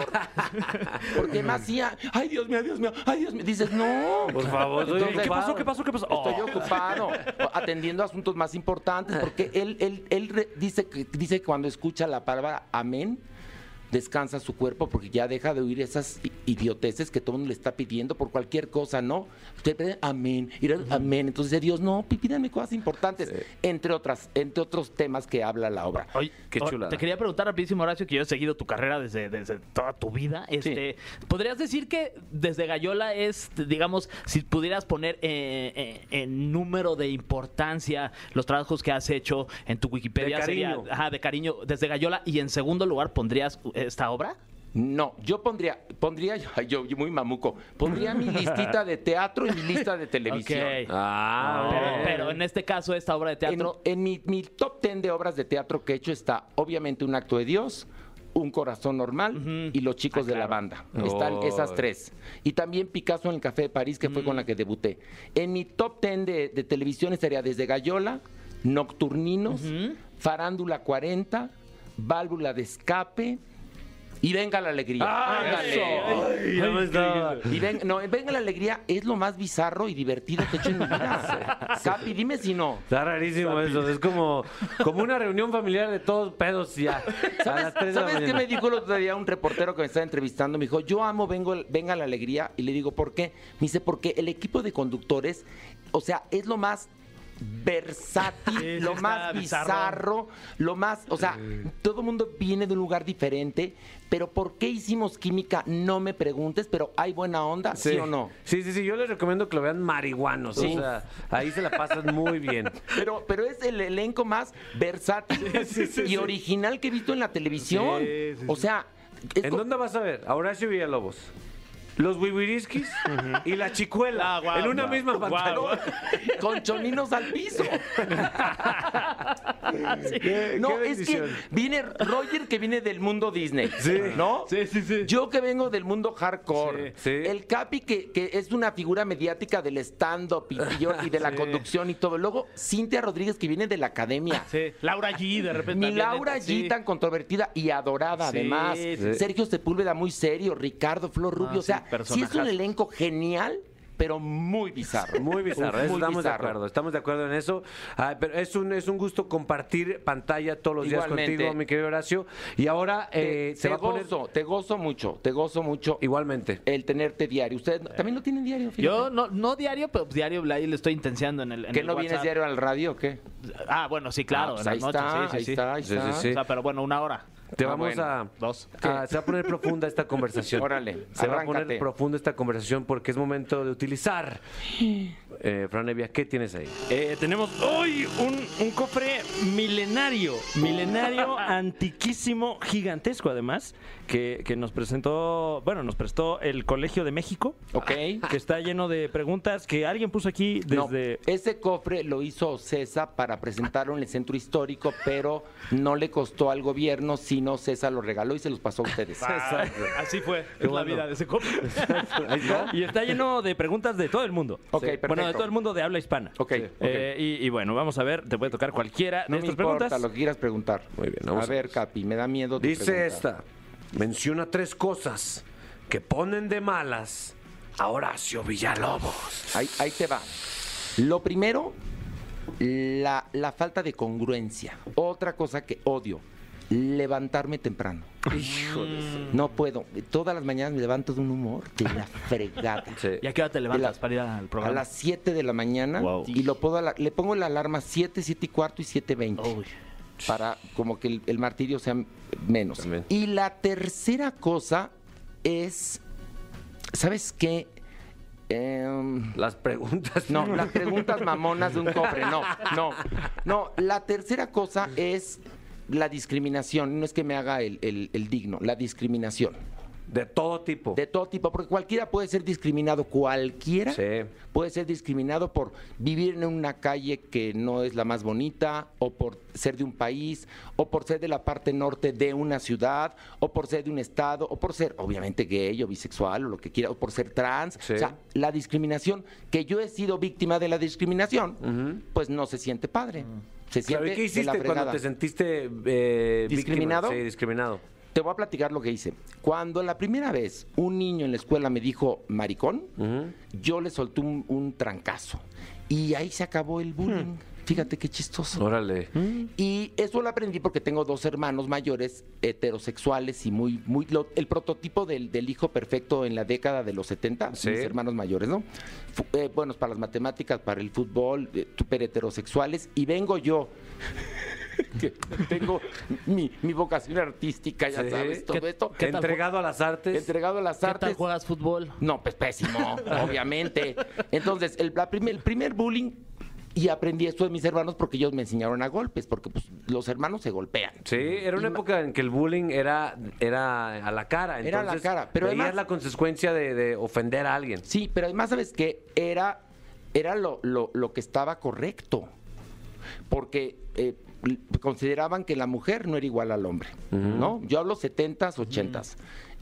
S10: Porque más hacía, ay Dios mío, Dios mío, ay Dios mío. Dices, no.
S2: Por favor, estoy
S10: Entonces,
S4: ¿Qué pasó? ¿Qué pasó? ¿Qué pasó? Oh.
S10: Estoy ocupado atendiendo asuntos más importantes porque él, él, él re- dice, que- dice que cuando escucha la palabra amén, descansa su cuerpo porque ya deja de oír esas i- idioteces que todo el mundo le está pidiendo por cualquier cosa, ¿no? Usted pide amén, y era, amén. Entonces dice Dios, no, pí- pídanme cosas importantes, entre otras, entre otros temas que habla la obra.
S3: Oye,
S2: Qué
S3: o-
S2: chulada.
S3: Oh, Te quería preguntar rapidísimo, Horacio, que yo he seguido tu carrera desde, desde toda tu vida. Este, ¿Podrías decir que desde Gallola es, digamos, si pudieras poner eh, eh, en número de importancia los trabajos que has hecho en tu Wikipedia?
S2: De
S3: sería-
S2: cariño.
S3: ajá, de cariño, desde Gallola. Y en segundo lugar, ¿pondrías esta obra?
S10: No, yo pondría, pondría, ay, yo, yo muy mamuco, pondría mi listita de teatro y mi lista de televisión.
S3: Ok.
S2: Ah,
S3: Pero, pero en este caso, esta obra de teatro...
S10: En, en mi, mi top 10 de obras de teatro que he hecho está obviamente Un acto de Dios, Un corazón normal y Los chicos
S3: Ah,
S10: de la banda. Están esas tres. Y también Picasso en el Café de París, que fue con
S3: Mm.
S10: la que debuté. En mi top 10 de, de televisión estaría desde Gallola, Nocturninos, Farándula 40, Válvula de Escape y Venga la Alegría.
S3: Ah,
S10: ¡Ándale! Y ven- no, venga la alegría, es lo más bizarro y divertido que he hecho en mi vida. Capi, dime si no.
S2: Está rarísimo eso. Es como, como una reunión familiar de todos pedos ya. A las tres de la
S10: ¿Sabes qué
S2: mañana.
S10: me dijo el otro día un reportero que me estaba entrevistando? Me dijo, yo amo vengo, Venga la Alegría. Y le digo, ¿por qué? Me dice, porque el equipo de conductores, o sea, es lo más versátil,
S3: Sí, sí,
S10: lo
S3: está
S10: más
S3: bizarro.
S10: bizarro, lo más, o sea, todo el mundo viene de un lugar diferente, pero ¿por qué hicimos química? No me preguntes, pero ¿hay buena onda? ¿Sí, o no?
S2: Sí, sí, sí. Yo les recomiendo que lo vean marihuanos.
S10: Sí.
S2: O sea, ahí se la pasan muy bien.
S10: Pero, pero es el elenco más versátil y original que he visto en la televisión. o sea, es
S2: ¿En
S10: co-
S2: dónde vas a ver? A Horacio Villalobos. Los wiwiriskis y la chicuela
S3: Ah, guau,
S2: en una
S3: guau.
S2: misma
S3: Guau,
S2: pantalla.
S3: guau.
S10: con choninos al piso.
S2: Qué-
S10: No,
S2: qué
S10: es que
S2: bendición.
S10: viene Roger que viene del mundo Disney,
S2: Sí.
S10: ¿no?
S3: Sí, sí, sí.
S10: Yo que vengo del mundo hardcore.
S2: Sí, sí.
S10: El Capi que, que es una figura mediática del stand-up y, y yo- y de la conducción y todo. Luego Cintia Rodríguez que viene de la academia.
S3: Sí. Laura G, de repente.
S10: Mi
S3: Pues también,
S10: Laura
S3: sí.
S10: G tan controvertida y adorada
S3: Sí,
S10: además.
S3: sí. Ah,
S10: Sergio Sepúlveda muy serio, Ricardo Flor Rubio. o
S3: sí,
S10: sea, sí es un
S3: personajazo.
S10: elenco genial, pero muy bizarro.
S2: Muy bizarro,
S10: Muy
S2: eso estamos
S10: bizarro.
S2: de acuerdo, estamos de acuerdo en eso. Ah, pero es un, es un gusto compartir pantalla todos los días
S10: Igualmente.
S2: contigo, mi querido Horacio. Y ahora
S10: Te,
S2: eh, se
S10: te
S2: va a poner
S10: gozo, te gozo mucho, te gozo mucho
S2: igualmente.
S10: el tenerte diario. Ustedes no- también lo tienen diario, fíjate.
S3: Eh. Yo no, no diario, pero diario ahí le estoy intenciando en el. en
S10: ¿Que
S3: el
S10: no vienes
S3: WhatsApp.
S10: diario al radio o qué?
S3: Ah, bueno, sí,
S10: Ah,
S3: claro.
S10: pues
S3: en
S10: ahí,
S3: las noches,
S10: está,
S3: sí, sí,
S10: ahí
S3: sí.
S10: está, ahí
S2: Sí, sí,
S10: está.
S2: sí.
S3: O sea, pero bueno, una hora.
S2: Te
S10: Ah,
S2: vamos
S10: bueno.
S2: a,
S3: Dos.
S2: a- Se va a poner profunda esta conversación.
S10: Órale,
S2: Se va a
S10: arráncate.
S2: poner profunda esta conversación porque es momento de utilizar. Eh, Fran Evia, ¿qué tienes ahí?
S4: Eh, tenemos hoy un, un cofre milenario, milenario, antiquísimo, gigantesco además, que, que nos presentó, bueno, nos prestó el Colegio de México,
S10: Ok.
S4: que está lleno de preguntas que alguien puso aquí
S10: No,
S4: desde...
S10: ese cofre lo hizo CESA para presentarlo en el centro histórico, pero no le costó al gobierno, sino CESA lo regaló y se los pasó a ustedes.
S3: Así fue
S2: Qué bueno.
S3: de ese copio.
S2: Ahí está.
S4: Y está lleno de preguntas de todo el mundo.
S10: Ok, perfecto.
S4: Bueno, de todo el mundo de habla hispana.
S10: Ok, ok.
S4: Eh, y, y bueno, vamos a ver, te puede tocar cualquiera
S10: No
S4: de
S10: me
S4: estas
S10: importa
S4: preguntas.
S10: lo que quieras preguntar.
S2: Muy bien,
S10: A
S2: vamos a
S10: ver, Capi, me da miedo. tu
S2: Dice
S10: pregunta.
S2: esta: menciona tres cosas que ponen de malas a Horacio Villalobos.
S10: Ahí, ahí te va. Lo primero, la, la falta de congruencia. Otra cosa que odio. levantarme temprano.
S2: Mm.
S10: No puedo. Todas las mañanas me levanto de un humor de la fregada.
S3: ¿Y a qué hora te levantas
S10: la-
S3: para ir al
S10: A
S3: programa?
S10: las 7 de la mañana
S4: Wow.
S10: y lo puedo ala- le pongo la alarma 7, 7 y cuarto y 7.20
S3: Uy.
S10: para como que el, el martirio sea menos.
S2: También.
S10: Y la tercera cosa es, ¿sabes qué? Em,
S2: Las preguntas.
S10: no, las preguntas mamonas de un cofre, no, no. No, la tercera cosa es la discriminación, no es que me haga el- el- el digno, la discriminación.
S2: De todo tipo.
S10: De todo tipo, porque cualquiera puede ser discriminado, cualquiera
S2: Sí.
S10: puede ser discriminado por vivir en una calle que no es la más bonita, o por ser de un país, o por ser de la parte norte de una ciudad, o por ser de un estado, o por ser obviamente gay o bisexual o lo que quiera, o por ser trans.
S2: Sí.
S10: O sea, la discriminación, que yo he sido víctima de la discriminación, pues no se siente padre. Se
S2: Claro, ¿y qué
S10: siente de la
S2: hiciste cuando
S10: fregada.
S2: te sentiste eh, víctima?
S10: ¿Discriminado?
S2: Sí, discriminado.
S10: Te voy a platicar lo que hice. Cuando la primera vez un niño en la escuela me dijo maricón, yo le solté un, un trancazo. Y ahí se acabó el
S2: Hmm.
S10: bullying. Fíjate qué chistoso.
S2: Órale.
S10: Y eso lo aprendí porque tengo dos hermanos mayores heterosexuales y muy, muy lo- el prototipo del, del hijo perfecto en la década de los 70,
S2: Sí.
S10: mis hermanos mayores, ¿no? Fu- eh, buenos para las matemáticas, para el fútbol, eh, súper heterosexuales. Y vengo yo. que tengo mi, mi vocación artística, ya
S2: Sí.
S10: sabes, todo
S2: ¿Qué-
S10: esto.
S2: qué tal Entregado a las artes.
S10: Entregado a las
S3: ¿Qué tal
S10: artes.
S3: juegas fútbol?
S10: No, pues pésimo, obviamente. Entonces, el, la prim- el primer bullying, y aprendí esto de mis hermanos porque ellos me enseñaron a golpes, porque pues, los hermanos se golpean.
S2: Sí, era una
S10: Ima-
S2: época en que el bullying era, era a la cara.
S10: Era a la
S2: entonces
S10: cara, pero
S2: veías
S10: además-
S2: la consecuencia de, de ofender a alguien.
S10: Sí, pero además, ¿sabes qué? Era, era lo, lo- lo que estaba correcto. Porque eh, l- consideraban que la mujer no era igual al hombre, ¿no? Yo hablo 70s, 80s.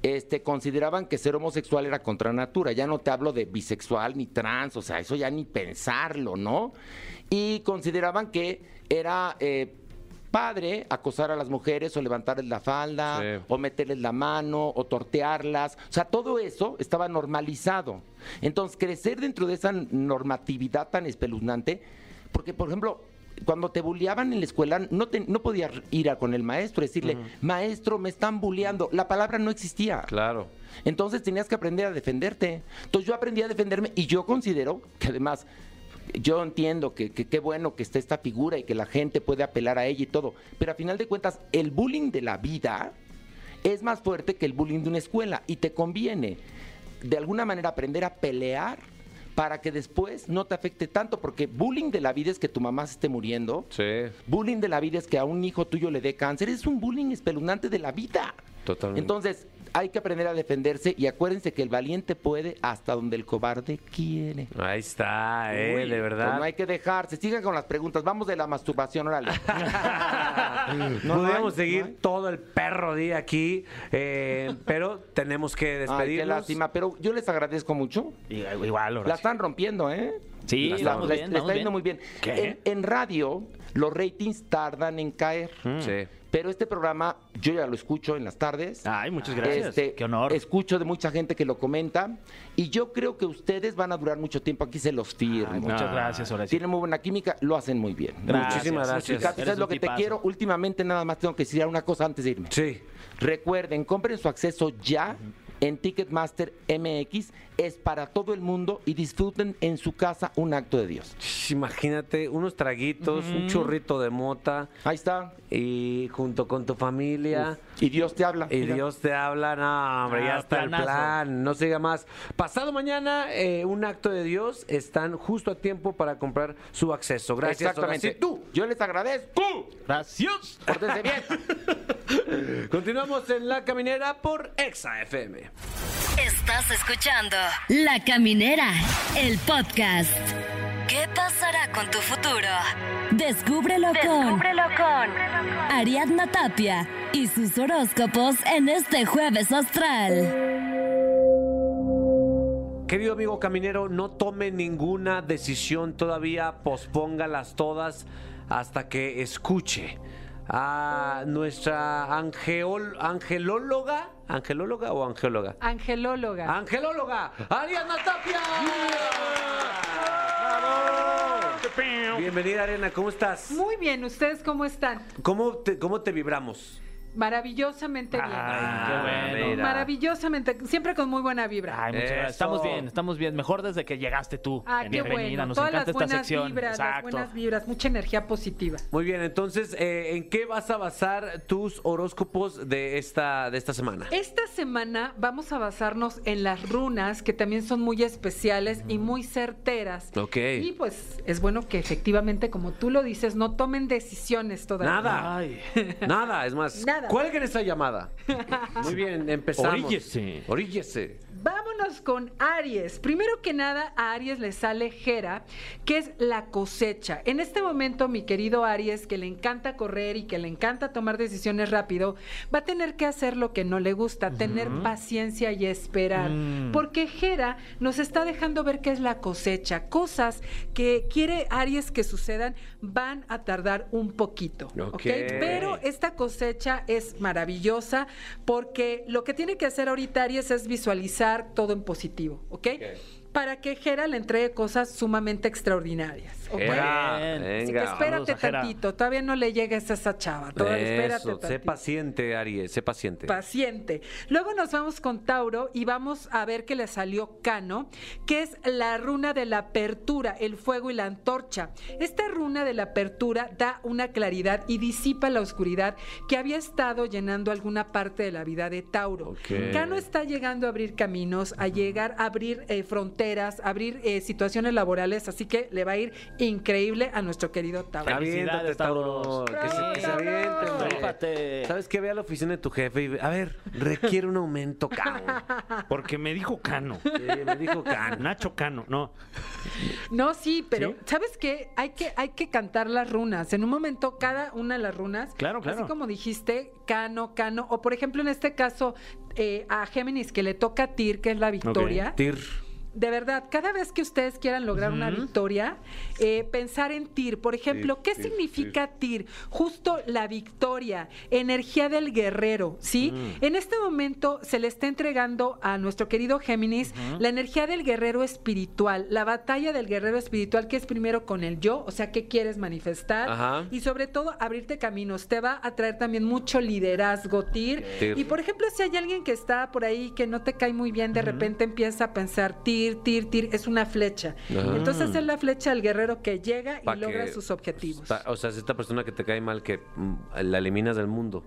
S10: Este, consideraban que ser homosexual era contra natura. Ya no te hablo de bisexual ni trans, o sea, eso ya ni pensarlo, ¿no? Y consideraban que era eh, padre acosar a las mujeres o levantarles la falda
S2: Sí.
S10: o meterles la mano o tortearlas. O sea, todo eso estaba normalizado. Entonces, crecer dentro de esa normatividad tan espeluznante, porque, por ejemplo, cuando te bulleaban en la escuela, no, te- no podías ir a con el maestro y decirle, maestro, me están bulleando. La palabra no existía.
S2: Claro.
S10: Entonces tenías que aprender a defenderte. Entonces yo aprendí a defenderme y yo considero que además yo entiendo que que qué bueno que está esta figura y que la gente puede apelar a ella y todo. Pero a final de cuentas, el bullying de la vida es más fuerte que el bullying de una escuela y te conviene de alguna manera aprender a pelear para que después no te afecte tanto, porque bullying de la vida es que tu mamá se esté muriendo,
S2: Sí.
S10: Bullying de la vida es que a un hijo tuyo le dé cáncer. Es un bullying espeluznante de la vida.
S2: Totalmente.
S10: Entonces, hay que aprender a defenderse y acuérdense que el valiente puede hasta donde el cobarde quiere.
S2: Ahí está, eh,
S10: Uy,
S2: de
S10: pues
S2: verdad.
S10: no hay que dejarse. Sigan con las preguntas. Vamos de la masturbación, órale. No, no
S2: Podríamos
S10: hay,
S2: seguir
S10: no hay.
S2: todo el perro día aquí, eh, pero tenemos que despedirnos.
S10: Ay, qué lástima, pero yo les agradezco mucho.
S4: eh,
S3: Igual,
S10: La están rompiendo, ¿eh?
S3: Sí,
S10: la,
S3: vamos
S10: la-
S3: bien,
S10: la
S3: vamos
S10: está yendo
S3: bien.
S10: muy bien.
S3: ¿Qué?
S10: En, en radio, los ratings tardan en caer.
S3: Mm.
S2: Sí.
S10: Pero este programa, yo ya lo escucho en las tardes.
S4: Ay, muchas gracias.
S10: Este,
S3: Ah, Qué honor.
S10: Escucho de mucha gente que lo comenta y yo creo que ustedes van a durar mucho tiempo. Aquí se los firmo.
S3: Muchas gracias, Horacio.
S10: Tienen muy buena química, lo hacen muy bien.
S3: Gracias,
S2: Muchísimas
S10: Y
S2: gracias.
S10: Capi,
S3: Eres
S10: ¿sabes
S3: un
S10: lo que te
S3: tipazo.
S10: quiero? Últimamente nada más tengo que decir una cosa antes de irme.
S2: Sí.
S10: Recuerden, compren su acceso ya en Ticketmaster MX. Es para todo el mundo y disfruten en su casa un acto de Dios.
S2: Imagínate unos traguitos, un churrito de mota
S10: Ahí está.
S2: y junto con tu familia.
S10: Y Dios te habla.
S2: Y
S10: Mira.
S2: Dios te habla, no, hombre, ya
S3: Ah,
S2: está
S3: planazo.
S2: el plan, no siga más. Pasado mañana, eh, un acto de Dios, están justo a tiempo para comprar su acceso. Gracias,
S10: Exactamente.
S2: Horacio. tú.
S10: Yo les agradezco.
S3: Gracias.
S10: Pórtense bien.
S2: Continuamos en La Caminera por Exa FM.
S9: Estás escuchando La Caminera, el podcast. ¿Qué pasará con tu futuro? Descúbrelo, con, Ariadna Tapia y sus horóscopos en este jueves astral.
S2: Querido amigo caminero, no tome ninguna decisión todavía, pospóngalas todas hasta que escuche a nuestra angeol- angelóloga, angelóloga o angeóloga?
S6: Angelóloga.
S2: Angelóloga, Ariana Tapia. Bravo. Bienvenida Ariana, ¿cómo estás?
S6: Muy bien, ¿ustedes cómo están?
S2: ¿Cómo te, cómo te vibramos?
S6: Maravillosamente bien.
S4: Ah,
S3: qué bueno.
S4: mira.
S6: Maravillosamente, siempre con muy buena vibra.
S3: Ay, muchas gracias.
S4: Eso.
S3: Estamos bien, estamos bien. Mejor desde que llegaste tú.
S6: Ah, qué
S3: Bienvenida,
S6: bueno.
S3: nos
S6: Todas las
S3: encanta esta
S6: buenas
S3: sección.
S6: vibras, las
S3: Exacto.
S6: buenas vibras, mucha energía positiva.
S2: Muy bien, entonces, eh, ¿en qué vas a basar tus horóscopos de esta, de esta semana?
S6: Esta semana vamos a basarnos en las runas, que también son muy especiales y muy certeras.
S2: Ok.
S6: Y pues es bueno que efectivamente, como tú lo dices, no tomen decisiones todavía.
S2: Nada.
S3: Ay.
S2: Nada, es más.
S6: Nada.
S2: Cuelguen esa llamada. Muy bien, empezamos.
S4: Oríllese.
S2: Oríllese.
S6: Vámonos con Aries. Primero que nada, a Aries le sale Jera, que es la cosecha. En este momento, mi querido Aries, que le encanta correr y que le encanta tomar decisiones rápido, va a tener que hacer lo que no le gusta, tener paciencia y esperar. Porque Jera nos está dejando ver qué es la cosecha. Cosas que quiere Aries que sucedan van a tardar un poquito.
S2: Ok.
S6: ¿ok? Pero esta cosecha es maravillosa porque lo que tiene que hacer ahorita Aries es visualizar todo en positivo, ¿ok? Para que Jera le entregue cosas sumamente extraordinarias. ¿ok?
S2: Jera,
S3: Bien.
S6: Así que
S2: venga.
S6: espérate
S3: saludos a Jera.
S6: tantito, todavía no le llegues a esa chava. Todavía espérate
S2: Eso, sé
S6: tantito.
S2: paciente, Aries, sé paciente.
S6: Paciente. Luego nos vamos con Tauro y vamos a ver que le salió Cano, que es la runa de la apertura, el fuego y la antorcha. Esta runa de la apertura da una claridad y disipa la oscuridad que había estado llenando alguna parte de la vida de Tauro.
S2: Ok.
S6: Cano está llegando a abrir caminos, a llegar a abrir eh, fronteras, a abrir eh, situaciones laborales, así que le va a ir increíble a nuestro querido Tauro.
S2: Aviéntate,
S3: Felicidades,
S2: Tauro.
S3: Tauro.
S2: Que se, que se
S6: Bravo.
S2: aviente, hombre.
S3: Rífate.
S2: ¿Sabes qué? Ve a la oficina de tu jefe y ve- a ver, requiere un aumento, cabrón.
S4: Porque me dijo Cano.
S2: Sí, me dijo Cano.
S4: Nacho Cano, no.
S6: No, sí, pero
S4: ¿Sí?
S6: ¿sabes qué? Hay que hay que cantar las runas. En un momento cada una de las runas,
S4: Claro, claro.
S6: así como dijiste, Cano, Cano, o por ejemplo en este caso eh, a Géminis que le toca Tir, que es la victoria.
S2: Tir.
S6: De verdad, cada vez que ustedes quieran lograr una victoria, eh, pensar en TIR. Por ejemplo, ¿qué significa TIR? Justo la victoria, energía del guerrero, ¿sí? En este momento se le está entregando a nuestro querido Géminis la energía del guerrero espiritual, la batalla del guerrero espiritual, que es primero con el yo, o sea, ¿qué quieres manifestar?
S2: Ajá.
S6: Y sobre todo, abrirte caminos. Te va a traer también mucho liderazgo, TIR.
S2: Tir.
S6: Y por ejemplo, si hay alguien que está por ahí que no te cae muy bien, de repente empieza a pensar tir, tir, tir, es una flecha.
S2: Ah.
S6: Entonces es la flecha del guerrero que llega y
S2: Pa'
S6: logra
S2: que-
S6: sus objetivos.
S2: Ta- O sea, es esta persona que te cae mal que mm, la eliminas del mundo.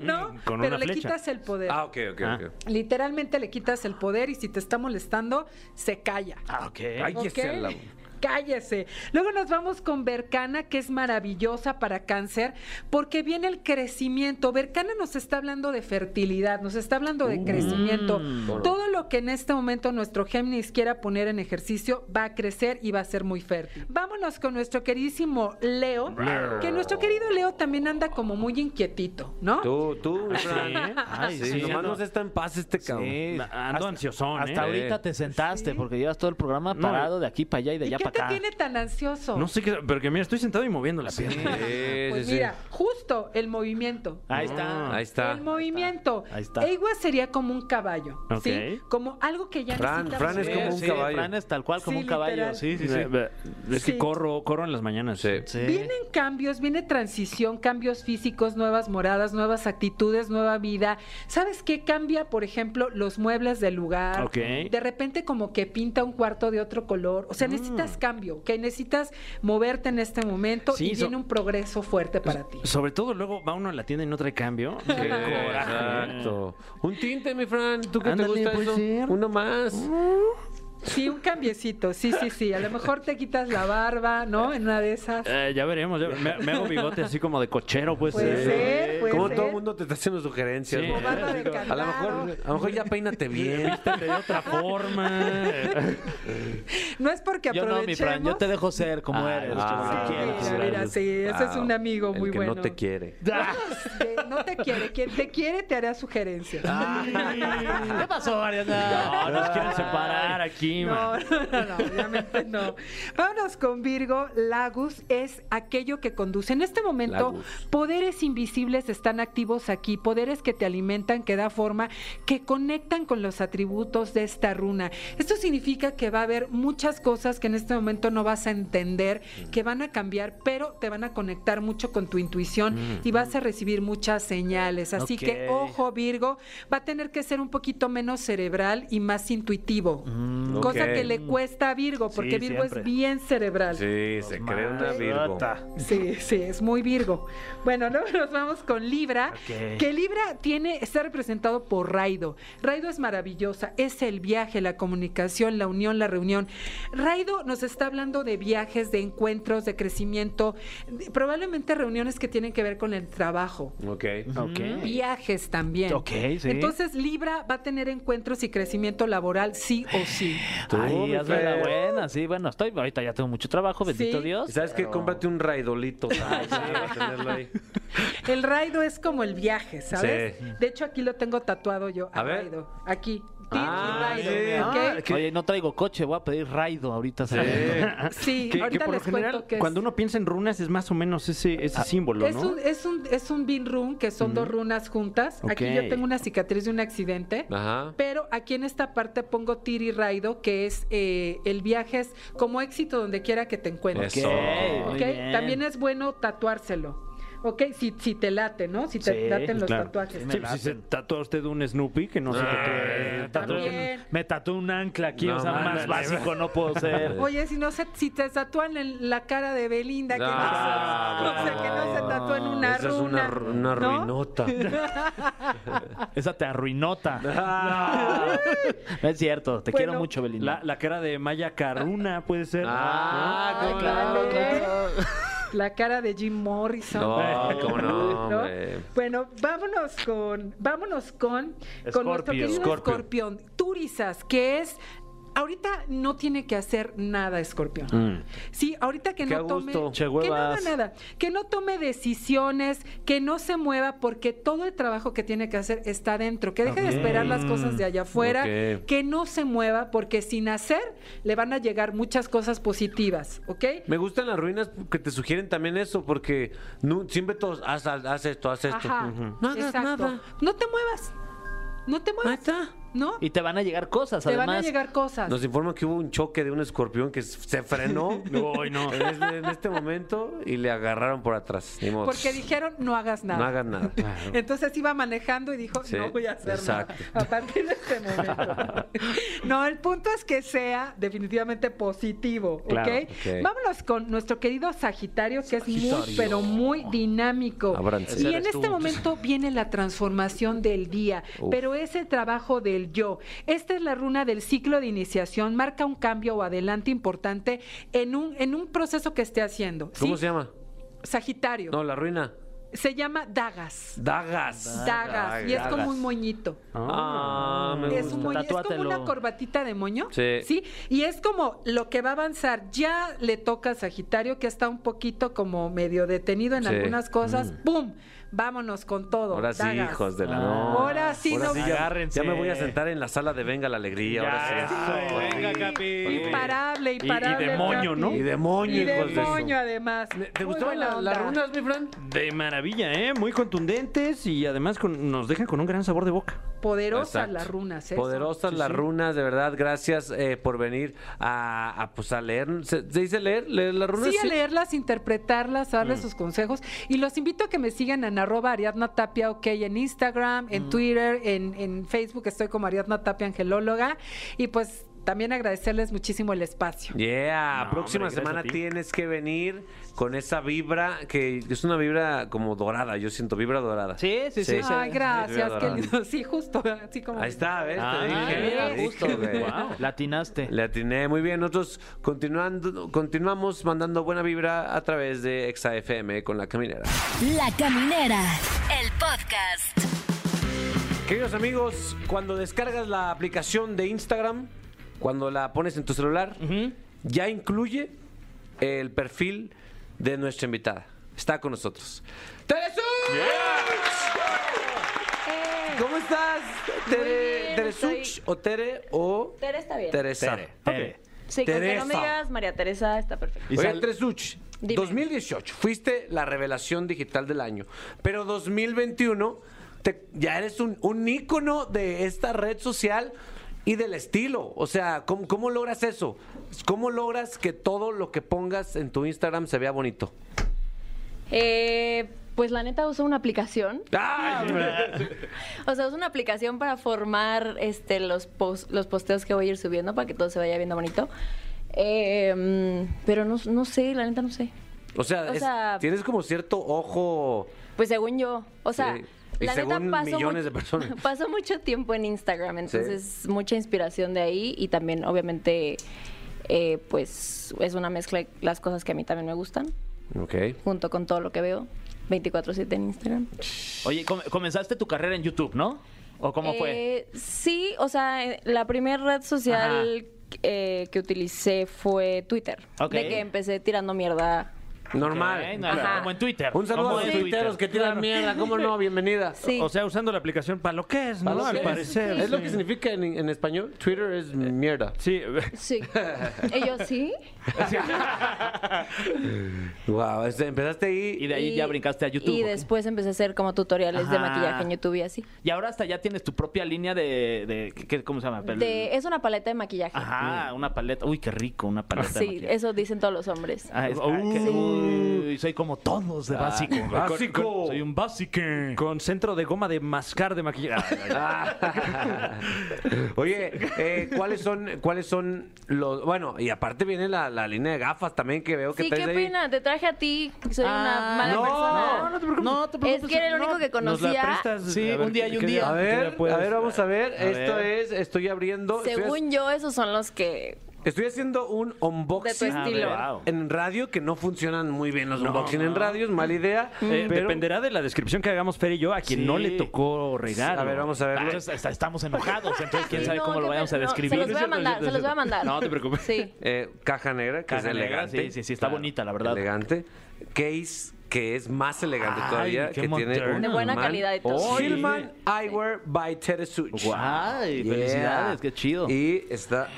S6: ¿No?
S4: Mm, con
S6: Pero
S4: una
S6: le
S4: flecha.
S6: quitas el poder.
S2: Ah, ok, ok,
S4: Ah.
S2: ok.
S6: ¿Eh? Literalmente le quitas el poder y si te está molestando, se calla.
S3: Ah, ok.
S2: Cállese
S6: ¿Ok?
S2: a la-
S6: Cállese. Luego nos vamos con Bercana, que es maravillosa para cáncer, porque viene el crecimiento. Bercana nos está hablando de fertilidad, nos está hablando
S2: Uh.
S6: de crecimiento. Todo lo que en este momento nuestro Géminis quiera poner en ejercicio va a crecer y va a ser muy fértil. Vámonos con nuestro queridísimo Leo, que nuestro querido Leo también anda como muy inquietito, ¿no?
S2: Tú, tú, Fran.
S3: Ay,
S2: Sí,
S3: sí,
S2: nomás
S3: ando-
S2: no se está en paz este cabrón.
S3: Sí.
S4: Ando ansiosón,
S3: Hasta
S4: ¿eh?
S3: ahorita te sentaste porque llevas todo el programa
S4: No,
S3: parado de aquí para allá y de
S6: ¿Y
S3: allá
S6: qué
S3: para
S6: te
S3: acá.
S6: tiene tan ansioso?
S4: No sé qué, pero que mira, estoy sentado y moviendo la
S2: Sí,
S4: pierna.
S6: pues
S2: sí, sí.
S6: mira, justo el movimiento.
S3: Ahí
S4: No.
S3: está.
S2: Ahí está.
S6: El movimiento.
S3: Ahí está.
S6: Ewa sería como un caballo, ¿sí?
S4: Ok.
S6: Como algo que ya
S2: Fran,
S6: necesitamos
S2: Fran es
S6: ver.
S2: como un
S3: Sí,
S2: caballo.
S3: Fran es tal cual como
S6: Sí,
S3: un caballo.
S6: literal.
S3: Sí, sí, sí.
S4: Eh, eh, Es
S6: Sí.
S4: que corro, corro en las mañanas.
S2: Sí.
S3: Sí.
S6: Vienen cambios, viene transición, cambios físicos, nuevas moradas, nuevas actitudes, nueva vida. ¿Sabes qué? Cambia, por ejemplo, los muebles del lugar.
S4: Ok.
S6: De repente como que pinta un cuarto de otro color. O sea,
S3: Mm.
S6: necesitas cambio, que necesitas moverte en este momento
S4: Sí,
S6: y
S4: so-
S6: viene un progreso fuerte para ti.
S4: Sobre todo luego va uno a la tienda y no trae cambio. Qué
S2: Sí,
S4: coraje.
S2: Exacto. Un tinte, mi Fran. ¿Tú qué
S4: Ándale,
S2: te gusta
S4: puede
S2: eso?
S4: ser.
S2: Uno más.
S3: Pues
S6: Sí, un cambiecito, sí, sí, sí. A lo mejor te quitas la barba, ¿no? En una de esas.
S4: Eh, ya veremos. ya- me, me hago bigote así como de cochero, pues.
S6: Puede
S4: eh.
S6: ser, puede
S2: Como
S6: ser.
S2: todo el mundo te está haciendo sugerencias.
S4: Sí.
S2: ¿no?
S6: O barba de
S2: A lo
S6: candado.
S2: mejor, a lo mejor ya peínate bien.
S4: Vístete de otra forma.
S6: No es porque
S3: Yo no, mi
S6: aprovechemos.
S3: Fran, yo te dejo ser como
S4: Ah,
S3: eres.
S4: ah,
S3: como
S4: sí,
S3: te quieres.
S6: mira, mira, sí, ese es un amigo
S2: El
S6: muy
S2: que
S6: bueno.
S2: No te quiere.
S6: Este, no te quiere, quien te quiere te hará sugerencias.
S3: ¿Qué pasó, Ariana?
S4: No, nos quieren separar aquí.
S3: encima.
S6: No, no, no, no, obviamente no. Vámonos con Virgo. Lagus es aquello que conduce. En este momento, poderes invisibles están activos aquí, poderes que te alimentan, que da forma, que conectan con los atributos de esta runa. Esto significa que va a haber muchas cosas que en este momento no vas a entender,
S3: Mm.
S6: que van a cambiar, pero te van a conectar mucho con tu intuición y vas a recibir muchas señales. Así que,
S3: Mm. Ok.
S6: ojo, Virgo, va a tener que ser un poquito menos cerebral y más intuitivo. cosa
S2: ok.
S6: que le cuesta a Virgo, porque
S3: Mm, Sí,
S6: Virgo
S3: siempre.
S6: es bien cerebral. Sí.
S2: Sí, se cree una Virgo.
S6: sí, es muy Virgo. Bueno, luego nos vamos con Libra,
S3: Ok.
S6: que Libra tiene está representado por Raido. Raido es maravillosa, es el viaje, la comunicación, la unión, la reunión. Raido nos está hablando de viajes, de encuentros, de crecimiento, de- probablemente reuniones que tienen que ver con el trabajo
S2: Ok.
S3: Ok.
S6: viajes también.
S3: Ok, sí.
S6: Entonces Libra va a tener encuentros y crecimiento laboral sí o sí.
S3: Ay,
S2: mi
S3: hazme la
S2: Fer.
S3: buena. Sí, bueno, estoy. Ahorita ya tengo mucho trabajo, bendito
S6: Sí.
S3: Dios.
S2: ¿Sabes qué? Cómprate un raidolito. ¿sabes? Para tenerlo ahí.
S6: El raido es como el viaje, ¿sabes?
S2: Sí.
S6: De hecho aquí lo tengo tatuado yo.
S2: A ver.
S6: Raido. Aquí. Tit y
S2: Ah,
S6: raido,
S2: sí.
S6: ¿ok?
S3: Ah, Oye, no traigo coche, voy a pedir raido ahorita. saliendo.
S6: Sí,
S4: Que, que
S6: ahorita
S4: por lo
S6: les
S4: general,
S6: cuento que es. Ah,
S4: cuando uno piensa en runas es más o menos ese, ese símbolo,
S6: es
S4: ¿no?
S6: un, es un es un bin run que son dos runas juntas. Aquí
S4: Ok.
S6: yo tengo una cicatriz de un accidente.
S2: Ajá.
S6: Pero aquí en esta parte pongo Tiri Raido, que es eh, el viaje es como éxito donde quiera que te encuentres.
S2: Eso.
S3: Ok, muy
S6: ¿ok?
S3: bien.
S6: También es bueno tatuárselo. Ok, si, si te late, ¿no? Si te
S3: Sí,
S6: laten los
S4: claro.
S6: tatuajes.
S4: Sí, pues, si se tatúa usted un Snoopy, que no sé
S3: Eh,
S4: qué.
S3: tatué un-
S6: También.
S3: me tatué un ancla aquí,
S2: No,
S3: o sea, más
S2: ándale.
S3: básico no puedo ser.
S6: Oye, si no se, si te tatúan en la cara de Belinda, que no,
S2: Ah,
S6: se- o sea, que no se tatúa en una
S2: Esa es
S6: runa.
S2: una, ru- una
S6: ¿no?
S2: ruinota.
S3: Esa te arruinota. No es cierto, te
S6: Bueno.
S3: quiero mucho, Belinda.
S4: La, la cara de Maya Caruna puede ser.
S2: Ah,
S6: Ay,
S2: ¿cómo
S6: claro.
S2: no?
S6: La cara de Jim Morrison.
S2: No, cómo no,
S6: ¿No?
S2: hombre.
S6: Bueno, vámonos con, vámonos con, con nuestro
S3: Scorpio.
S6: querido
S3: Scorpio.
S6: escorpión, Turizas, que es ahorita no tiene que hacer nada, escorpión. Sí, ahorita que
S2: Mm. Qué a
S6: no tome,
S2: gusto. Che,
S6: que no haga
S2: huevas.
S6: nada, que no tome decisiones, que no se mueva, porque todo el trabajo que tiene que hacer está dentro, que deje de esperar las cosas de allá afuera,
S2: Ok.
S6: que no se mueva, porque sin hacer le van a llegar muchas cosas positivas, ¿ok?
S2: Me gustan las ruinas que te sugieren también eso, porque nu- siempre todos, haz, haz esto, haz esto.
S6: Ajá,
S2: Ujú.
S6: exacto. No te muevas. No te muevas. ¿No?
S3: Y te van a llegar cosas,
S6: Te
S3: además.
S6: van a llegar cosas.
S2: Nos informan que hubo un choque de un escorpión que se frenó
S4: Uy, no.
S2: en, este, en este momento y le agarraron por atrás. Ni modo.
S6: Porque dijeron, no hagas nada. Ah.
S2: No hagan nada.
S6: Entonces iba manejando y dijo,
S2: Sí,
S6: no voy a hacer
S2: exacto.
S6: nada. A partir de este momento. no, el punto es que sea definitivamente positivo, ¿ok?
S4: Claro,
S2: ok.
S6: Vámonos con nuestro querido Sagitario, que es muy, pero muy dinámico.
S2: Ábranse.
S6: Y en este momento viene la transformación del día,
S2: Uf.
S6: pero es el trabajo del yo. Esta es la runa del ciclo de iniciación, marca un cambio o adelante importante en un, en un proceso que esté haciendo. ¿sí?
S2: ¿Cómo se llama?
S6: Sagitario.
S2: No, la ruina.
S6: Se llama dagas.
S2: Dagas.
S6: Dagas. Y es como un moñito.
S2: Ah, me
S6: Es, un
S2: gusta.
S6: moño- es como
S3: Tatúatelo.
S6: una corbatita de moño.
S2: Sí.
S6: Y es como lo que va a avanzar. Ya le toca a Sagitario, que está un poquito como medio detenido en
S2: Sí. Mm.
S6: algunas cosas. ¡Pum! Vámonos con todo.
S2: Ahora sí,
S6: Dagas.
S2: hijos de la...
S3: Ah.
S2: no.
S6: Ahora sí
S2: Ahora
S6: no-
S2: sí, ya,
S3: Agárrense.
S2: ya me voy a sentar en la sala de Venga la Alegría. ahora sí.
S3: Eso,
S2: Por
S3: venga,
S2: fin.
S3: Capi.
S6: Imparable, imparable.
S4: y de moño, ¿no?
S6: Capi.
S2: Y de moño,
S6: Y de
S2: hijos de su-
S6: moño, además.
S2: ¿Te
S6: Muy
S2: gustaban
S6: buena
S2: la-
S6: onda.
S2: las runas, mi Fran?
S4: De maravilla, ¿eh? Muy contundentes y además con- nos dejan con un gran sabor de boca.
S6: Poderosas
S2: Exacto.
S6: las runas. ¿eh?
S2: Poderosas las runas, de verdad. Gracias eh, por venir a, a, pues, a leer. ¿Se, se dice leer? ¿Leer las runas?
S6: Sí, a leerlas, interpretarlas, a
S2: Mm.
S6: darles sus consejos. Y los invito a que me sigan en arroba Ariadna Tapia OK en Instagram,
S2: Mm.
S6: en Twitter, en, en Facebook. Estoy como Ariadna Tapia Angelóloga. Y pues también agradecerles muchísimo el espacio.
S2: Yeah,
S4: No,
S2: próxima
S4: hombre, gracias
S2: semana
S4: a ti.
S2: tienes que venir con esa vibra que es una vibra como dorada, yo siento vibra dorada.
S3: Sí, sí, sí.
S2: Sí.
S3: sí.
S6: Ay, Ah, gracias.
S2: Sí,
S6: qué
S2: adorable.
S6: lindo. Sí, justo. Así como.
S2: Ahí está, ¿ves?
S3: Ah,
S2: Te dije,
S3: mira,
S2: te dije,
S3: justo,
S2: güey.
S3: Wow. Latinaste.
S2: Le atiné muy bien. Nosotros continuando, continuamos mandando buena vibra a través de Exa FM con la caminera.
S9: La Caminera, el podcast.
S2: Queridos amigos, cuando descargas la aplicación de Instagram, cuando la pones en tu celular, ya incluye el perfil de nuestra invitada. Está con nosotros. ¡Teresur! ¿Cómo estás? Tere,
S6: Eh. bien,
S2: Tere
S6: estoy-
S2: Such o Tere o
S6: Tere está bien.
S2: Teresa.
S4: Tere,
S2: Tere.
S6: Sí, con que no me
S2: Teresa.
S6: digas María Teresa está perfecto.
S2: Oye, Tere Such,
S6: Dime.
S2: 2018 fuiste la revelación digital del año, pero 2021 te- ya eres un, un ícono de esta red social y del estilo. O sea, ¿cómo, ¿cómo logras eso? ¿Cómo logras que todo lo que pongas en tu Instagram se vea bonito?
S6: Eh, pues la neta uso una aplicación. Ah,
S2: ¡Ay!
S6: O sea, uso una aplicación para formar este los pos- los posteos que voy a ir subiendo para que todo se vaya viendo bonito. Eh, mm, pero no, no sé, la neta no sé.
S2: O sea,
S6: O
S2: es-
S6: sea-
S2: tienes como cierto ojo.
S6: Pues según yo, o sea,
S2: Sí. Y
S6: la
S2: según
S6: neta paso
S2: millones
S6: much-
S2: de personas.
S6: paso mucho tiempo en Instagram, entonces mucha inspiración de ahí y también obviamente eh, pues es una mezcla de las cosas que a mí también me gustan,
S2: Ok.
S6: junto con todo lo que veo 24/7 en Instagram.
S3: Oye, com- comenzaste tu carrera en YouTube, ¿no? ¿O cómo fue?
S6: Eh, Sí, o sea, eh, la primera red social eh, que utilicé fue Twitter,
S3: Ok.
S6: de que empecé tirando mierda.
S2: Normal.
S3: Ok, no, Como en Twitter.
S2: Un saludo
S3: como
S2: a
S3: en
S2: los tuiteros que tiran mierda. ¿Cómo no? Bienvenida.
S6: Sí.
S4: O sea, usando la aplicación para lo que es,
S2: ¿A
S4: ¿no?
S2: lo
S4: Al
S2: que es?
S4: parecer.
S2: Es lo
S4: sí.
S2: que significa en, en español. Twitter es mierda.
S4: Sí.
S6: Sí. Y yo sí.
S2: Wow, este, empezaste ahí.
S3: Y de ahí ya brincaste a YouTube.
S6: Y
S3: ¿ok?
S6: después empecé a hacer como tutoriales de
S3: Ajá.
S6: maquillaje en YouTube y así.
S3: Y ahora hasta ya tienes tu propia línea de... de- ¿qué- ¿Cómo se llama? Pel-
S6: De- es una paleta de maquillaje.
S3: Ajá,
S4: Mm.
S3: una paleta. Uy, qué rico, una paleta. de
S6: Sí,
S3: maquillaje.
S6: eso dicen todos los hombres.
S3: Ah, es- ah, que- uy, soy como todos
S4: Ah.
S3: de básico.
S4: básico.
S3: Con- con- soy un básico.
S4: Con centro de goma de mascar de maquillaje. Ay, ay, ay.
S2: Ah. Oye, eh, ¿cuáles son, cuáles son los, bueno, y aparte viene la, la línea de gafas también que veo que
S6: Sí, ¿qué
S2: traes ahí.
S6: pena? Te traje a ti. Soy una mala
S3: Ah, no,
S6: persona.
S3: No, no te preocupes. No te
S6: Es
S3: preocupes,
S6: que era el
S3: no.
S6: único que
S4: Nos la
S6: conocía.
S4: prestas,
S3: Sí,
S4: a
S3: un día y un
S4: ¿qué
S3: día.
S2: A
S4: ¿Qué
S2: ver,
S4: día puedes?
S2: a ver, vamos a ver.
S4: A
S2: Esto
S4: ver.
S2: es, estoy abriendo.
S6: Según yo, esos son los que.
S2: estoy, estoy haciendo un unboxing
S6: De tu estilo.
S2: en-
S3: Wow.
S2: en radio que no funcionan muy bien los unboxing en radio, es mala idea.
S4: Eh,
S2: pero-
S4: Dependerá de la descripción que hagamos Fer y yo a quien
S3: Sí.
S4: no le tocó regar.
S2: A ver, vamos a
S3: Ah,
S2: verlo.
S3: entonces, está- estamos enojados, entonces quién sabe
S6: No,
S3: cómo
S6: qué
S3: lo vayamos a
S6: pena. No,
S3: describir.
S6: se los voy a mandar, se los voy a mandar.
S4: No te preocupes.
S6: Sí.
S2: Eh, caja negra, que
S3: Caja
S2: es
S3: negra,
S2: elegante.
S3: sí, sí, sí, está bonita, la verdad.
S2: Elegante. Case, que es más elegante
S3: Ay,
S2: todavía.
S3: qué
S2: Que tiene
S3: moderno.
S2: un
S6: De buena
S2: imán.
S6: calidad y todo.
S2: Oh,
S3: Sí.
S2: Shillman Eyewear by Ted Such.
S3: Guay, felicidades, qué chido. Ah,
S2: Y está,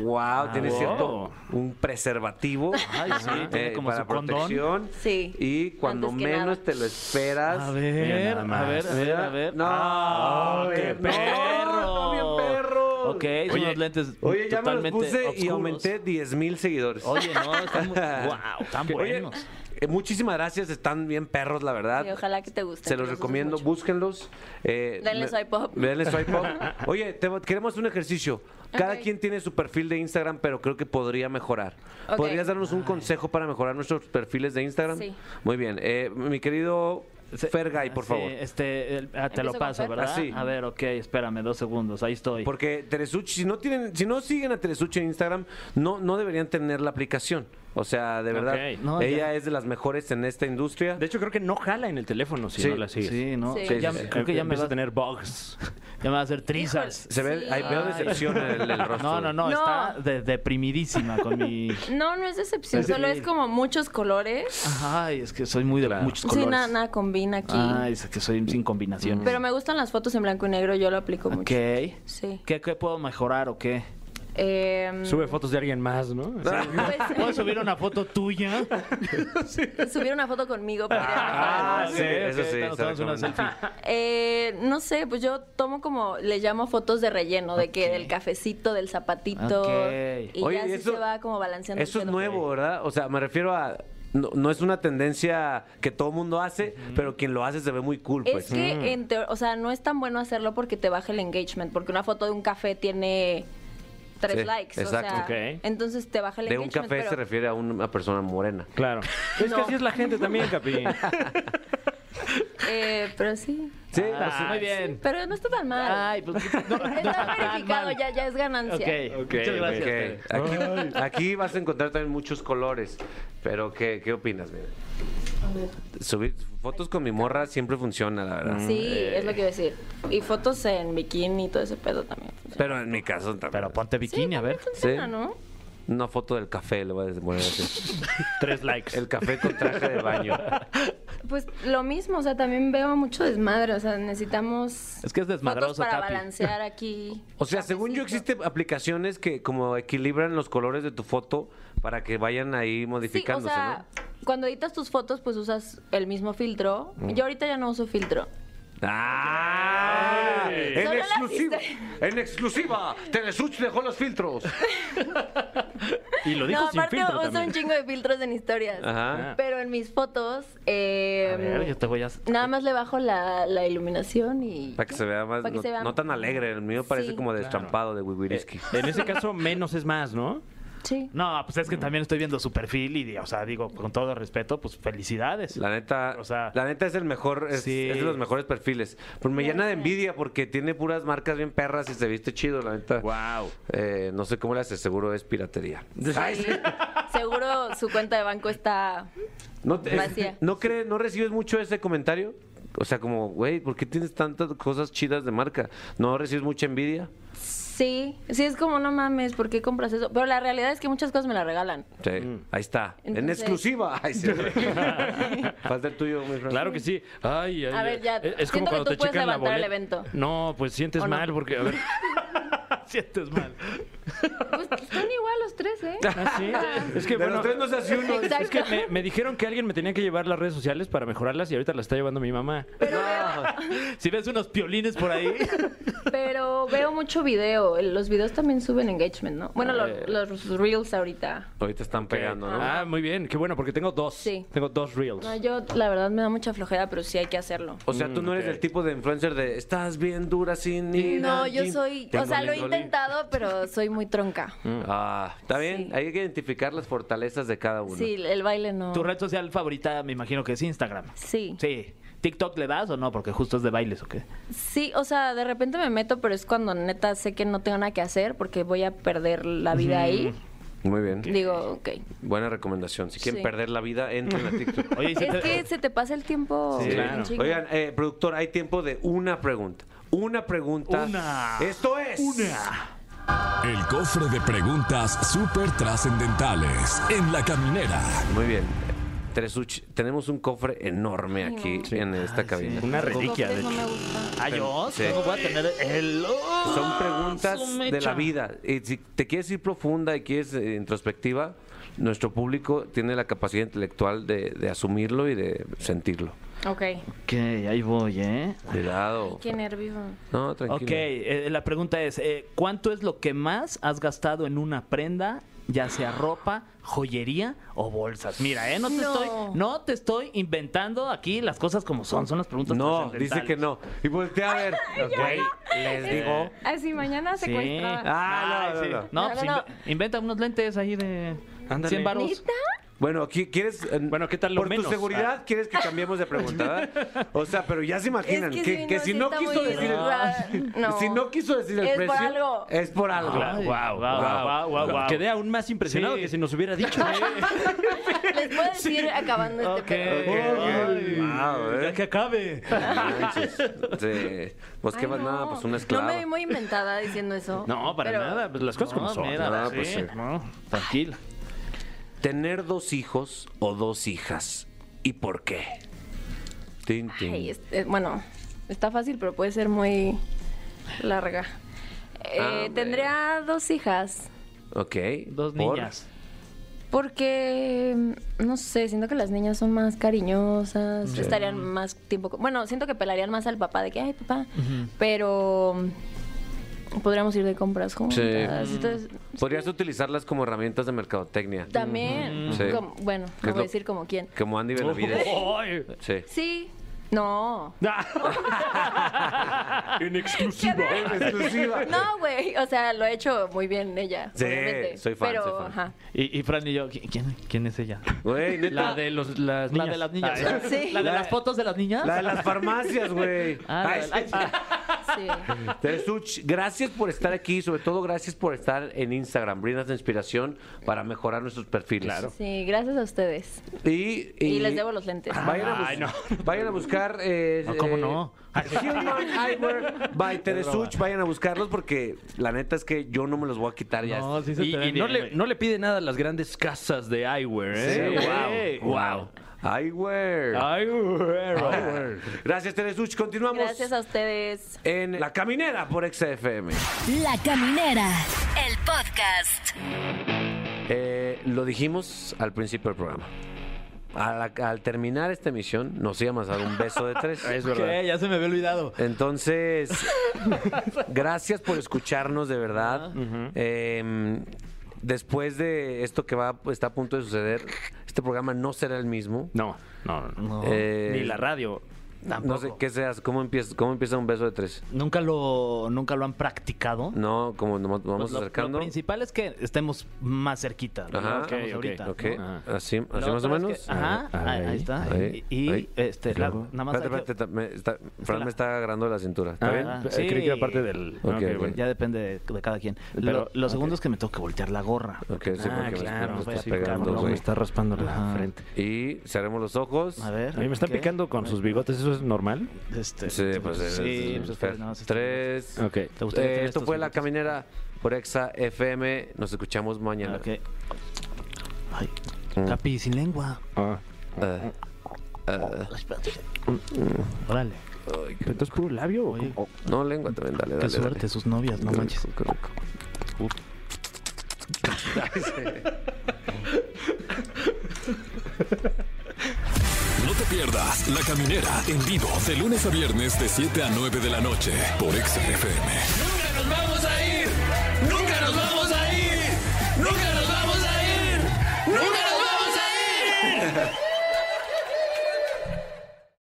S2: wow, tiene
S3: wow.
S2: cierto, un preservativo eh,
S3: Ay, sí, tiene como
S2: para
S3: su condón.
S2: protección.
S6: Sí,
S2: Y cuando
S6: antes que
S2: menos
S6: nada.
S2: te lo esperas.
S3: A ver,
S4: nada
S3: a
S4: más.
S3: ver, a ver, a ver.
S2: No,
S3: Ah,
S2: a
S3: qué
S2: ver, no, no, bien perro.
S3: Ok, son
S4: Oye,
S3: unos lentes
S2: Oye, ya me los
S3: totalmente
S2: puse y
S3: oscuros.
S2: aumenté 10 mil seguidores.
S3: Oye, no, están wow, tan
S2: Oye,
S3: buenos.
S2: eh, muchísimas gracias, están bien perros, la verdad.
S6: Sí, ojalá que te gusten,
S2: Se
S6: que
S2: los
S6: los uses
S2: recomiendo,
S6: mucho.
S2: búsquenlos. eh,
S6: Denle
S2: me-
S6: swipe up.
S2: Denle swipe up. Oye, te- queremos un ejercicio. Cada
S6: Ok.
S2: quien tiene su perfil de Instagram, pero creo que podría mejorar.
S6: Ok.
S2: ¿Podrías darnos un consejo para mejorar nuestros perfiles de Instagram?
S6: Sí.
S2: Muy bien. eh, mi querido
S3: Se- ah,
S2: Fergay, por
S3: Sí,
S2: favor.
S3: Este, el- ah, te
S6: ¿Empiezo
S3: lo
S6: con
S3: paso,
S6: Fer?
S3: ¿verdad?
S2: Ah, sí.
S3: A ver, ok, espérame dos segundos, ahí estoy.
S2: Porque Teresuchi, si no tienen, si no siguen a Teresuchi en Instagram, no, no deberían tener la aplicación. O sea, de verdad,
S4: Ok.
S3: No,
S2: ella
S3: ya.
S2: es de las mejores en esta industria.
S4: De hecho, creo que no jala en el teléfono si
S2: Sí,
S4: no la sigues. Eh,
S3: Sí, no,
S6: Sí.
S3: Ya-
S2: Sí, sí, sí.
S3: creo que ya me
S4: Empieza
S3: va,
S4: a tener bugs.
S3: ya me va a hacer trizas.
S2: se ve,
S6: Sí.
S2: ahí veo decepción en el, el rostro.
S3: No, no, no,
S6: No.
S3: está de- deprimidísima con mi...
S6: No, no es decepción,
S3: Pues Sí.
S6: solo es como muchos colores.
S3: Ay, es que soy muy de muchos colores.
S6: Sí, nada, nada combina aquí.
S3: Ay, es que soy sin combinación.
S6: Pero me gustan las fotos en blanco y negro, yo lo aplico
S3: Ok.
S6: mucho. Sí.
S3: ¿Qué, qué puedo mejorar o qué?
S6: Em,
S4: Sube fotos de alguien más, ¿no?
S3: ¿Puedo subir una foto tuya?
S6: pues, subir una foto conmigo. podría mejorar.
S2: Ah, sí, eso sí,
S3: Estamos-
S2: está
S3: estamos en una
S2: recomendado.
S3: selfie.
S6: Eh, no sé, pues yo tomo como, le llamo fotos de relleno, de que del cafecito, del zapatito.
S3: Ok.
S2: Oye,
S6: Y ya
S2: ¿y
S6: así
S2: eso-
S6: se va como balanceando. el
S2: Eso es
S6: pedo.
S2: nuevo, ¿verdad? O sea, me refiero a. No, no es una tendencia que todo mundo hace, pero quien lo hace se ve muy cool,
S6: Es
S2: pues.
S6: que, en teo- o sea, no es tan bueno hacerlo porque te baja el engagement, porque una foto de un café tiene tres
S2: Sí,
S6: likes.
S2: exacto.
S6: O sea,
S4: Ok.
S6: Entonces te baja el
S2: De un
S6: engagement.
S2: café se
S6: pero-
S2: refiere a una persona morena.
S4: Claro. Es que
S6: No.
S4: así es la gente también, Capi.
S6: Eh, pero sí.
S2: Sí,
S3: Ah,
S2: pues,
S3: muy bien.
S6: Pero no está tan
S2: Ah.
S6: mal.
S3: Ay, pues no, no
S6: está
S3: tan
S6: verificado,
S3: mal.
S6: ya, ya es ganancia.
S3: Ok,
S4: Ok,
S3: muchas gracias.
S2: ok. Aquí, aquí vas a encontrar también muchos colores. Pero, ¿qué, qué opinas? Mira? Subir fotos con mi morra siempre funciona, la verdad.
S6: Sí, es lo que iba a decir. Y fotos en bikini y todo ese pedo también. funciona.
S2: Pero en mi caso también.
S3: Pero ponte bikini, a ver.
S6: Funciona,
S2: Sí.
S6: ¿no?
S2: Una foto del café le voy a poner así.
S4: Tres likes.
S2: El café con traje de baño.
S6: Pues lo mismo, o sea, también veo mucho desmadre, o sea, necesitamos
S3: Es que es
S6: fotos
S3: desmadroso,
S6: para
S3: Capi.
S6: balancear aquí.
S2: O sea, según yo existen aplicaciones que como equilibran los colores de tu foto para que vayan ahí
S6: Sí, o
S2: modificándose,
S6: sea, cuando editas tus fotos, pues usas el mismo filtro.
S2: Mm.
S6: Yo ahorita ya no uso filtro.
S2: ¿no? ¡Ah! En
S6: Solo la
S2: exclusiva, en exclusiva, Telesuch dejó los filtros.
S4: Y lo
S6: no, aparte uso un chingo de filtros en historias.
S4: Ajá.
S6: Pero en mis fotos, eh,
S4: A ver, yo te voy a...
S6: nada más le bajo la, la iluminación y...
S2: Para que se vea más,
S6: Para que
S2: no,
S6: se vea-
S2: no tan alegre. El mío parece
S6: Sí.
S2: como de
S6: Claro.
S2: estampado de Wiwiriski.
S4: En ese caso, menos es más, ¿no?
S6: Sí.
S3: No, pues es que también estoy viendo su perfil y, o sea, digo, con todo respeto, pues felicidades.
S2: La neta, la neta es el mejor, es,
S3: Sí.
S2: es de los mejores perfiles. Pues me llena de envidia porque tiene puras marcas bien perras y se viste chido, la neta.
S4: Wow.
S2: Eh, no sé cómo le hace, seguro es piratería. Ay,
S6: Sí. Seguro su cuenta de banco está...
S2: No, te-
S6: Vacía.
S2: ¿no, cree- ¿No recibes mucho ese comentario? O sea, como, güey, ¿por qué tienes tantas cosas chidas de marca? ¿No recibes mucha envidia?
S6: Sí, sí, es como no mames, ¿por qué compras eso? Pero la realidad es que muchas cosas me la regalan.
S2: Sí, ahí está. En
S6: Mm. Entonces-
S2: exclusiva. Ay, sí. Falta el tuyo, mi Fran.
S4: Claro que sí. Ay, ay,
S6: A ver,
S4: ay.
S6: ya.
S4: Es- Es como
S6: Siento que
S4: cuando
S6: tú
S4: te
S6: puedes
S4: checan la
S6: levantar el
S4: boleta.
S6: evento.
S4: No, pues sientes
S6: ¿O no?
S4: mal porque, a ver,
S3: Sientes mal.
S6: Pues son igual los tres, ¿eh?
S4: Ah, sí. Es que
S2: De
S4: bueno,
S2: los tres no se hace uno.
S6: Exacto.
S4: Es que me, me dijeron que alguien me tenía que llevar las redes sociales para mejorarlas y ahorita las está llevando mi mamá.
S3: Si ves unos piolines por ahí,
S6: Pero veo mucho video. Los videos también suben engagement, ¿no? Bueno, lo- los, reels ahorita.
S2: Ahorita están pegando, ¿no?
S4: Ah, muy bien, qué bueno, porque tengo dos.
S6: Sí.
S4: Tengo dos reels.
S6: No, yo la verdad me da mucha flojera, pero sí hay que hacerlo.
S2: O sea, tú no eres del tipo de influencer de estás bien dura sin ir
S6: Mm, No,
S2: al
S6: yo
S2: gym"?
S6: soy, o
S2: Tengo
S6: sea, lo he
S2: amigos, Lin.
S6: intentado, pero soy muy tronca.
S2: Ah, está bien.
S6: Sí.
S2: Hay que identificar las fortalezas de cada uno.
S6: Sí, el baile no.
S3: tu red social favorita me imagino que es Instagram.
S6: Sí.
S3: Sí. ¿TikTok le das o no? Porque justo es de bailes o qué.
S6: Sí, o sea, de repente me meto, pero es cuando neta sé que no tengo nada que hacer porque voy a perder la vida ahí.
S2: Muy bien.
S6: Digo, ok.
S2: Buena recomendación. Si quieren
S6: Sí.
S2: perder la vida, entren a TikTok.
S3: Oye, ¿y si
S6: Es
S3: te-
S6: que se te pasa el tiempo.
S2: Sí.
S6: en
S4: claro.
S6: chinga.
S2: Oigan, eh, productor, hay tiempo de una pregunta. Una pregunta.
S3: Una.
S2: Esto es. Una.
S1: El cofre de preguntas súper trascendentales en la caminera.
S2: Muy bien. Tresuch, tenemos un cofre enorme
S6: Ay, no.
S2: aquí en esta cabina.
S4: Una
S6: Los
S4: reliquia, de
S6: cofres no
S4: hecho.
S6: me gustan.
S3: Ah, yo
S2: Sí.
S3: ¿Cómo voy a tener el.
S6: Ah,
S2: Son preguntas de la
S3: mecha.
S2: vida. Y si te quieres ir profunda y quieres eh, introspectiva, nuestro público tiene la capacidad intelectual de, de asumirlo y de sentirlo.
S6: Ok.
S3: Ok, ahí voy, ¿eh?
S2: Cuidado.
S6: Qué nervio.
S2: No, tranquilo.
S3: Ok, eh, la pregunta es, eh, ¿cuánto es lo que más has gastado en una prenda, ya sea ropa, joyería o bolsas? Mira, eh, no te
S6: No.
S3: estoy, no te estoy inventando aquí las cosas como son, son las preguntas.
S2: No, dice que
S3: trascendentales.
S2: no. Y voltea a ver. Güey, les digo.
S6: Así Ah, mañana
S3: Sí.
S6: secuestrada.
S2: Ah, no,
S3: Eh. Ay, sí.
S2: no, no.
S3: No,
S6: No,
S3: pues
S6: no,
S3: inve- inventa unos lentes ahí de
S4: Ándale.
S3: 100 varos.
S6: ¿Neta?
S2: Bueno, aquí quieres. eh,
S4: Bueno, ¿qué tal lo
S2: Por tu
S4: menos?
S2: seguridad, quieres que cambiemos de pregunta, ¿verdad? O sea, pero ya se imaginan
S6: Es
S2: que, que si
S6: sí
S2: no
S6: está
S2: quiso
S6: muy
S2: decir
S6: rara.
S2: el
S6: No.
S2: Si no quiso decir el
S6: Es por
S2: precio.
S6: algo.
S2: Es por algo.
S3: Ay, guau, guau,
S2: guau,
S3: guau, guau, guau.
S4: Quedé aún más impresionado
S3: Sí.
S4: que si nos hubiera dicho. ¿eh?
S2: Ah.
S6: Les puedo decir acabando este pedo.
S2: Ay, guau, eh.
S3: Ya que acabe.
S2: Sí. Pues qué
S6: Ay,
S2: más, nada, pues un esclavo.
S6: No me vi muy inventada diciendo eso.
S4: No, para
S6: pero-
S4: nada, pues las cosas como
S3: No,
S4: son. eh,
S3: mira,
S2: Ah,
S3: sí,
S2: pues sí.
S3: no, tranquila.
S2: Tener dos hijos o dos hijas. ¿Y por qué? Tin, tin.
S6: Ay, es- eh, bueno, está fácil, pero puede ser muy larga. Eh,
S2: Ah, bueno.
S6: tendría dos hijas.
S2: Ok.
S3: Dos
S2: ¿por?
S3: Pues niñas.
S6: Porque, mm, no sé, siento que las niñas son más cariñosas, estarían más tiempo... con- Bueno, siento que pelarían más al papá de que, ay, papá, pero mm, podríamos ir de compras juntas. Entonces,
S2: Podrías utilizarlas como herramientas de mercadotecnia.
S6: también,
S2: Sí.
S6: como- bueno,
S2: ¿Qué
S6: no
S2: es
S6: voy a
S2: lo-
S6: decir como quién.
S2: Como Andy Benavides.
S4: Ay.
S2: Sí.
S6: Sí, no.
S4: en exclusiva.
S2: Exclusiva.
S6: No, güey, o sea, lo ha hecho muy bien ella.
S2: Sí,
S6: obviamente,
S2: soy fan,
S6: Pero,
S2: soy fan.
S6: ajá.
S3: Y, y Fran y yo, ¿qui- ¿quién, quién es ella?
S2: Güey, neta.
S4: La de los, las
S3: La
S4: niñas.
S3: de las niñas.
S4: Ah,
S6: Sí.
S3: La de las fotos de las niñas.
S2: La de las farmacias, güey.
S3: Ah, la
S2: Ay,
S3: de- ay,
S2: sí.
S6: Sí.
S2: Teresuch, gracias por estar aquí, sobre todo gracias por estar en Instagram. Brindas inspiración para mejorar nuestros perfiles. Claro.
S6: Sí, gracias a ustedes.
S2: Y,
S6: Y les debo los lentes.
S2: Vayan a, bus-
S4: Ay, no.
S2: vayan a buscar. eh,
S3: No, ¿cómo
S2: eh,
S3: no?
S2: Human Eyewear by Teresuch. Vayan a buscarlos porque la neta es que yo no me los voy a quitar ya.
S3: No, sí se
S4: Y,
S3: te
S4: y
S3: ven
S4: no,
S3: bien,
S4: le,
S3: güey.
S4: no le pide nada a las grandes casas de eyewear,
S2: Sí,
S4: ¿eh?
S2: wow, wow. Ay, güey.
S4: Ay,
S2: güey. Gracias, Telesuch. Continuamos
S11: Gracias a ustedes.
S2: en La Caminera por XFM.
S9: La Caminera, el podcast.
S2: Eh, lo dijimos al principio del programa. A la- al terminar esta emisión, nos íbamos a dar un beso de tres.
S3: Es verdad. Ya se me había olvidado.
S2: Entonces, gracias por escucharnos de verdad. Eh, después de esto que va está a punto de suceder, este programa no será el mismo.
S4: No, no, no. no.
S2: Eh,
S4: Ni la radio.
S3: Ah,
S2: No sé qué seas, ¿cómo empieza, cómo empieza un beso de tres?
S3: Nunca lo, nunca lo han practicado.
S2: No, como nos vamos
S3: Pues lo,
S2: acercando.
S3: lo principal es que estemos más cerquita. de lo
S2: Ajá,
S3: que estamos
S2: ok,
S3: ahorita,
S2: ok.
S3: ¿no?
S2: Ajá. Así, así
S3: Lo
S2: más o
S3: otro es
S2: menos.
S3: que- ajá, ahí, ahí está.
S2: Ahí,
S3: y y,
S2: ahí.
S3: este, la-
S2: Claro.
S3: nada más. hay
S2: Espérate,
S3: que-
S2: espérate, me está- Fran
S3: la-
S2: me está agarrando la cintura. ¿Está
S3: Ah,
S2: bien?
S3: ah,
S4: Creí que era parte del-
S2: Ok,
S4: ok,
S2: ok.
S4: bueno.
S3: Ya depende de, de cada quien.
S4: Pero,
S3: lo, lo
S4: ok.
S3: segundo es que me tengo que voltear la gorra.
S2: Ok, sí,
S3: Ah,
S2: porque me-
S3: claro,
S2: me,
S3: voy a
S2: está
S3: picar,
S2: pegando,
S3: no,
S2: güey.
S3: me
S4: está raspando la
S3: Ajá.
S4: frente.
S2: Y cerremos los ojos.
S3: A ver.
S4: A mí me están
S3: ¿qué?
S4: picando con sus bigotes, ¿eso es normal?
S3: Este,
S2: Sí, pues. es-
S3: sí,
S2: es-
S3: pues, espera, nada más,
S2: tres.
S4: Ok.
S3: ¿Te gustaría
S2: Eh, esto
S3: tener estos
S2: fue La
S3: bigotes?
S2: Caminera por Exa FM. Nos escuchamos mañana.
S3: Ok. Ay, Capi, sin lengua.
S4: Ah.
S2: Eh, eh,
S3: Órale.
S4: ¿Entonces puro labio? o
S3: Oye.
S4: cómo?
S2: no, lengua también, dale, dale.
S3: Qué suerte, sus novias, no
S2: dale.
S3: manches.
S2: Qué rico,
S1: No te pierdas La Caminera en vivo de lunes a viernes de 7 a 9 de la noche por XFM.
S12: Nunca nos vamos a ir. Nunca nos vamos a ir. Nunca nos vamos a ir. Nunca nos vamos a ir.